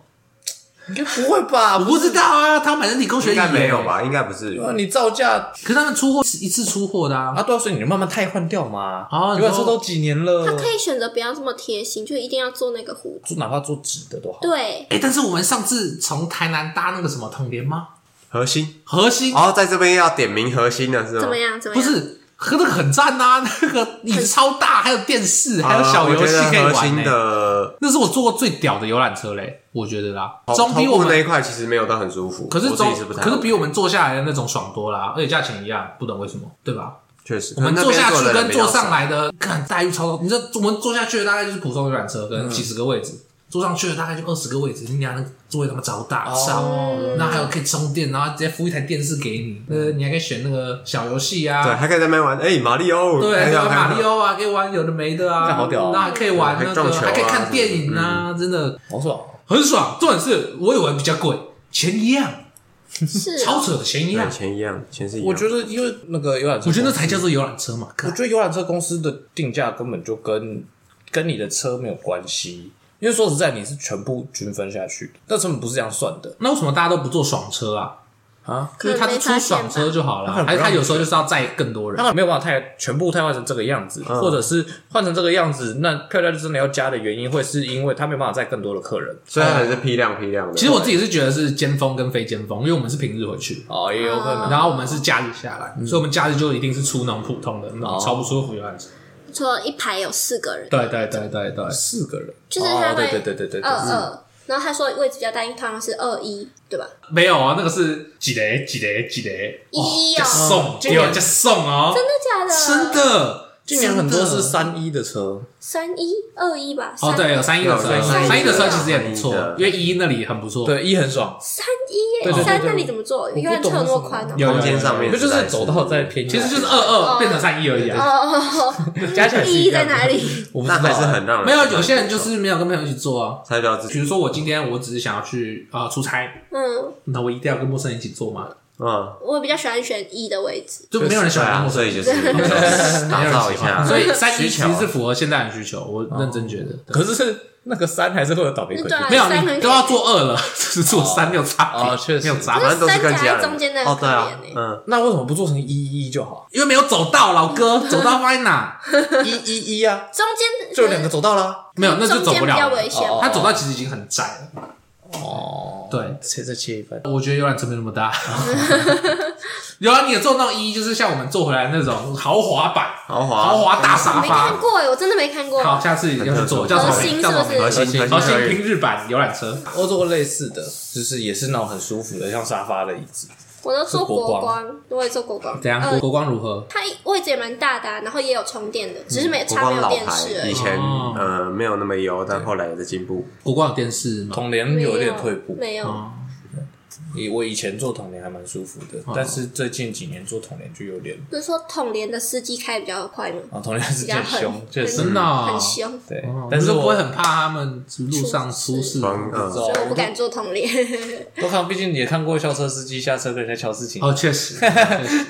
S3: 应该不会吧？
S1: 我不知道啊，他买人体工学
S2: 应该
S1: 椅耶
S2: 没有？吧？应该不至于
S3: 啊，你造价
S1: 可是他们出货是一次出货的啊，
S3: 啊，对啊，所以你就慢慢汰换掉嘛。
S1: 哦
S3: 因为这都几年了，
S4: 他可以选择不要这么贴心，就一定要做那个弧度。
S3: 做哪怕做纸的都好。
S4: 对，
S1: 哎、但是我们上次从台南搭那个什么统联吗？
S2: 核心。
S1: 核心、
S2: 哦，在这边要点名核心了，是吗？
S4: 怎么样？怎么
S1: 不
S4: 样？
S1: 是，和那个很赞啊， 那个椅子超大，还有电视，
S2: 呃？
S1: 还有小游戏可以
S2: 我觉得核
S1: 玩、
S2: 心
S1: 欸。
S2: 的
S1: 那是我坐过最屌的游览车嘞，我觉得啦，总比
S2: 头
S1: 我
S2: 部那
S1: 们
S2: 一块其实没有到很舒服，
S1: 可是
S2: 我自
S1: 总
S2: 己是不太
S1: 可是比我们坐下来的那种爽多啦，而且价钱一样，不懂为什么，对吧？
S2: 确实，
S1: 我们
S2: 可能
S1: 坐
S2: 那边
S1: 下去
S2: 的人
S1: 跟
S2: 比较
S1: 坐
S2: 少
S1: 上来的，看待遇超高。你这我们坐下去的大概就是普通游览车，可
S2: 嗯
S1: 能几十个位置；坐上去的大概就二十个位置。你俩那个座位他妈超大，超，
S3: 哦，
S1: 然后还有可以充电，然后直接附一台电视给你。呃，你还可以选那个小游戏啊，
S2: 嗯对，还可以在那边玩，哎，马里奥，
S1: 对，还
S2: 哎
S1: 有
S2: 呀
S1: 马里，奥啊，可以玩有的没的啊，
S3: 那好屌哦
S1: 那还可以玩那
S2: 还
S1: 个，
S2: 撞球啊
S1: 还可以看电影
S3: 嗯
S1: 啊，真的
S3: 好爽哦。
S1: 很爽。重点是我以为比较贵，钱一样，
S4: 是哦
S1: 超扯的钱一
S2: 对，
S1: 样。
S2: 钱一样，钱是一样。
S3: 我觉得因为那个游览车，
S1: 我觉得那才叫做游览车嘛，
S3: 我觉得游览车公司的定价根本就跟跟你的车没有关系，因为说实在，你是全部均分下去，那成本不是这样算的
S1: 那为什么大家都不坐爽车啊？
S3: 啊。
S1: 就是他是出爽车就好了，
S3: 可能
S1: 还
S3: 没发现吧
S1: 是他有时候就是要载更多人？
S3: 他没有办法太全部太换成这个样
S1: 嗯
S3: 子，或者是换成这个样子，那票价就真的要加的原因，会是因为他没有办法载更多的客人
S2: 虽然还是批量批量的，
S1: 其实我自己是觉得是尖峰跟非尖峰，因为我们是平日回去，
S3: 哦，也有
S4: 啊
S3: 可能。
S1: 然后我们是假日下来，所以我们假日就一定是出那种普通的那种
S3: 哦
S1: 超不舒服游览车。
S4: 说一排有四个人，
S1: 对对对对对，
S3: 四个人，
S4: 就是
S3: 哦
S4: 他，
S3: 对
S4: 会
S3: 对对对对，对
S4: 二二，嗯然后他说位置比较大，因为通常是二一，对吧？
S1: 没有啊，那个是几雷几雷几雷，
S4: 一一
S1: 加
S4: 哦，
S1: 送，有加送哦，
S4: 真的假
S1: 真
S4: 的？
S1: 的，
S3: 今年很多
S1: 真的
S3: 是三一的车，
S4: 三一二一吧？
S1: 哦，
S4: 三
S1: 对，有三一的车，
S2: 有
S4: 三一
S1: 三一的车其实也不错
S2: 三一的，
S1: 因为一那里很不错，
S3: 对，一很爽，
S4: 三一
S3: 对对对
S4: 耶，三
S3: 对
S4: 那里怎么做？
S3: 不
S4: 游览车有那么
S3: 懂
S4: 宽哦？
S1: 有有
S2: 空间
S1: 有
S2: 上面
S3: 那就是走到在偏，
S1: 其实就是二二
S4: 哦
S1: 变成三一而已
S4: 哦
S1: 啊。
S4: 哦哦哦，
S3: 加起来是一
S4: 一
S3: 样
S4: 在
S3: 的
S4: 哪里？
S3: 我不知
S2: 那
S3: 道
S2: 还是很让人
S1: 没有，有些人就是没有跟朋友一起坐啊。
S2: 他就要自
S1: 比
S2: 己，
S1: 如说我今天我只是想要去啊、呃出差，
S4: 嗯，
S1: 那我一定要跟陌生人一起坐吗？
S2: 嗯，
S4: 我比较喜欢选一的位置。
S1: 就没有人喜
S2: 对
S1: 欢跟
S2: 啊，
S1: 陌生
S2: 所
S1: 人
S2: 以
S1: 一起
S2: 就是 啊打造一下，
S1: 坐，所以三一
S2: 需
S1: 其
S2: 求
S1: 实是符合现代人需求，我认真觉得。
S3: 可是那个山还是会有倒霉鬼。
S4: 对啊
S1: 没有，
S4: 三
S1: 你
S4: 很
S1: 都要做二了， 只是做三没有差别
S3: 哦确实
S1: 没有差别，
S2: 反正都是跟家
S4: 三夹在
S2: 人
S4: 中间的
S2: 哦，对啊
S4: 很可怜，欸
S2: 嗯，
S3: 那为什么不做成一一就 好？
S1: 因为没有走道，老哥走道放在哪？
S3: 一一一啊，
S4: 中间
S3: 就有两个走道啦。
S1: 没有，那就走不
S4: 中间比较
S1: 了了
S4: 危险
S3: 哦
S1: 他走道其实已经很窄了。
S3: 哦，
S1: 对，
S3: 切再切一半。
S1: 我觉得游览车没那么大。 有啊，你也坐到一，就是像我们坐回来那种豪华版、
S2: 豪华
S1: 豪华大沙
S4: 没
S1: 发。
S4: 看过欸，我真的没看过。
S1: 好，下次要去坐，叫什
S4: 核
S1: 么
S4: 心
S1: 名？
S4: 是
S1: 叫什么
S4: 不
S1: 名
S4: 是？
S2: 核心
S3: 核
S1: 核
S2: 核
S1: 心
S2: 心
S1: 平日版游览车，
S3: 我做过类似的，就是也是那种很舒服的，像沙发的椅子。
S4: 我都做
S3: 是国光
S4: 国光，我也做国光。
S1: 怎样？
S4: 呃
S1: 国国光如何？
S4: 它位置也蛮大的啊、然后也有充电的，只是没
S2: 嗯国
S4: 插没
S2: 光
S4: 有
S2: 老
S4: 电
S2: 牌
S4: 视而
S2: 以
S4: 已。
S2: 前
S1: 哦
S2: 呃没有那么优，但后来也在进步。
S1: 国光有电视吗？
S3: 统联
S4: 没
S3: 有点退步，
S4: 没有。
S1: 哦
S3: 以我以前做统联还蛮舒服的，但是最近几年做统联就有点，
S4: 不是说统联的司机开比较快吗？
S3: 啊，统联是
S4: 比较
S3: 最
S4: 狠
S3: 凶，，确实
S1: 真的哦
S4: 很凶，
S3: 对
S1: 哦，
S3: 但是
S1: 你就不
S3: 我
S1: 会很怕他们路上出事
S2: 嗯
S1: 吗。
S3: 哦
S2: 嗯，
S4: 所以我不敢做 统联。
S3: 我看，毕竟也看过校车司机下车跟人家瞧事情，
S1: 哦，确实，确实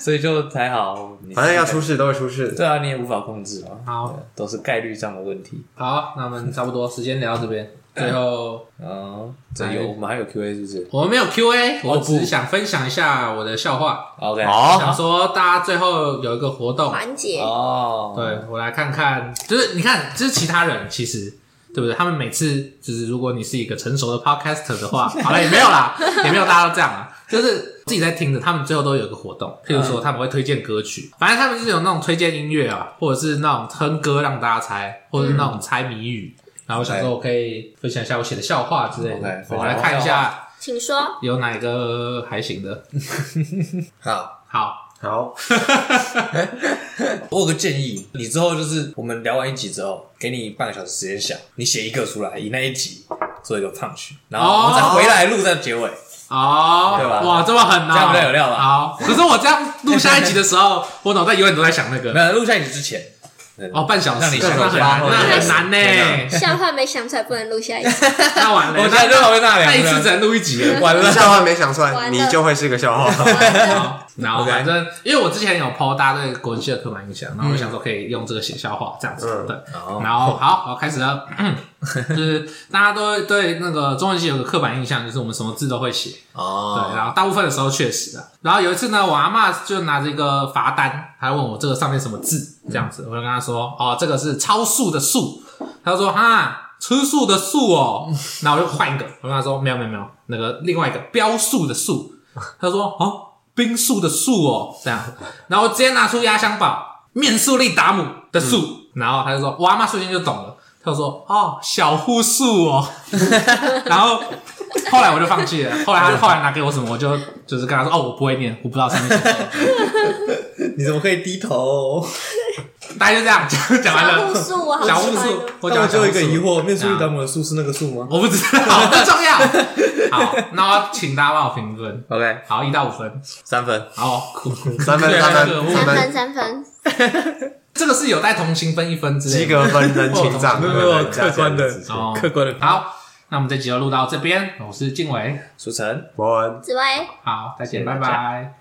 S3: 所以就还好。你
S2: 反正要出事都会出事。
S3: 对啊，你也无法控制嘛。
S1: 好
S3: 对，都是概率上的问题。
S1: 好，那我们差不多时间聊到这边。最后，
S3: 嗯，这有我们还有 Q A 是不是
S1: 我们没有 Q&A，我
S3: 哦不
S1: 只是想分享一下我的笑话，
S3: ？OK，
S1: 想
S2: 好，
S1: 说大家最后有一个活动，
S4: 环节
S3: 哦，
S1: 对我来看看，就是你看，这是其他人其实对不对？他们每次就是如果你是一个成熟的 podcaster 的 话，好了也没有啦，也没有大家都这样啦，就是自己在听着，他们最后都有一个活动，譬如
S3: 嗯
S1: 说他们会推荐歌曲，反正他们就是有那种推荐音乐啊，或者是那种哼歌让大家猜，或者是那种猜谜语。然后我想说，我可以分享一下我写的笑话之类
S3: 嗯
S1: 的
S3: OK，分。享
S1: 我来看一
S3: 笑
S1: 下
S4: 请说，
S1: 有哪个还行的。
S3: 好，
S1: 好，
S2: 好，
S3: 我有个建议，你之后就是我们聊完一集之后，给你半个小时时间想，你写一个出来，以那一集做一个 punch，然后我们再回来录在结尾。
S1: 哦
S3: 对吧，
S1: 哇，这么狠啊！
S3: 这样比较有料吧
S1: 好，可是我这样录下一集的时候，我脑袋永远都在想那
S3: 没
S1: 个
S3: 有录下一集之前，对
S1: 哦，，半小时，
S3: 让你
S1: 那
S3: 想
S1: 很
S3: 一下
S1: 难，那很难
S3: 天
S1: 呢。
S4: 笑话没想出来不能录 下一集，
S1: 那完了，
S3: 我在这旁边纳凉，
S1: 那一次只能录一集了。
S3: 完了
S2: 你。笑话没想出来，
S4: 完了
S2: 你就会是个 笑话。
S1: 好然后
S3: OK
S1: 反正，因为我之前有 PO 大家对国文系的刻板印象，然
S3: 嗯
S1: 后我想说可以用这个写笑话这样子，
S2: 嗯
S1: 对。
S3: 好
S1: 然后好，我开始 了，就是大家都会对那个中文系有个刻板印象，就是我们什么字都会写，对，
S3: 哦，
S1: 然后大部分的时候确实啊。然后有一次呢，我阿妈就拿着一个罚单，她问我这个上面什么字，这样子，我就跟她说，哦，这个是超速的速。她说哈，吃素的素哦。那我就换一个，我跟她说没有没有没有，那个另外一个标速的速。她说哦，冰速的速哦，这样。然后我直接拿出压箱宝，面速力达姆的速，然后她就说，我阿妈瞬间就懂了。她说：“哦，小户数哦。”然后后来我就放弃了。后来他后来拿给我什么，我就就是跟他说：“哦，我不会念，我不知道上面什么。
S3: 你怎么可以低头？”
S1: 大家就这样讲讲完
S4: 小户
S1: 了。
S4: 数我好喜
S1: 小户
S4: 欢
S1: 数
S4: 哦，
S1: 我讲
S3: 就有一个疑
S1: 小户数，
S3: 惑，面试达姆的树是那个树吗
S1: 我不知道，不重要。好，那我请大家帮我评分，
S3: ？OK，
S1: 好，一到五分。
S3: 三分。
S1: 好，哭
S2: 三分，三
S1: 可
S2: 分，
S1: 恶
S2: 三
S4: 三
S2: 分
S4: 分，三分，
S1: 这个是有带同情分一分之类
S2: 及
S1: 的。
S2: 格分， 人情账，
S3: 没有没有
S2: 对人家
S3: 客观的
S2: 这样子
S1: 哦
S3: 客观的
S1: 好，那我们这集就录到这边。我是静伟，
S3: 苏晨，
S2: 博文。
S4: 紫薇。
S1: 好，再见，
S3: 谢谢
S1: 拜
S3: 大家
S1: 拜。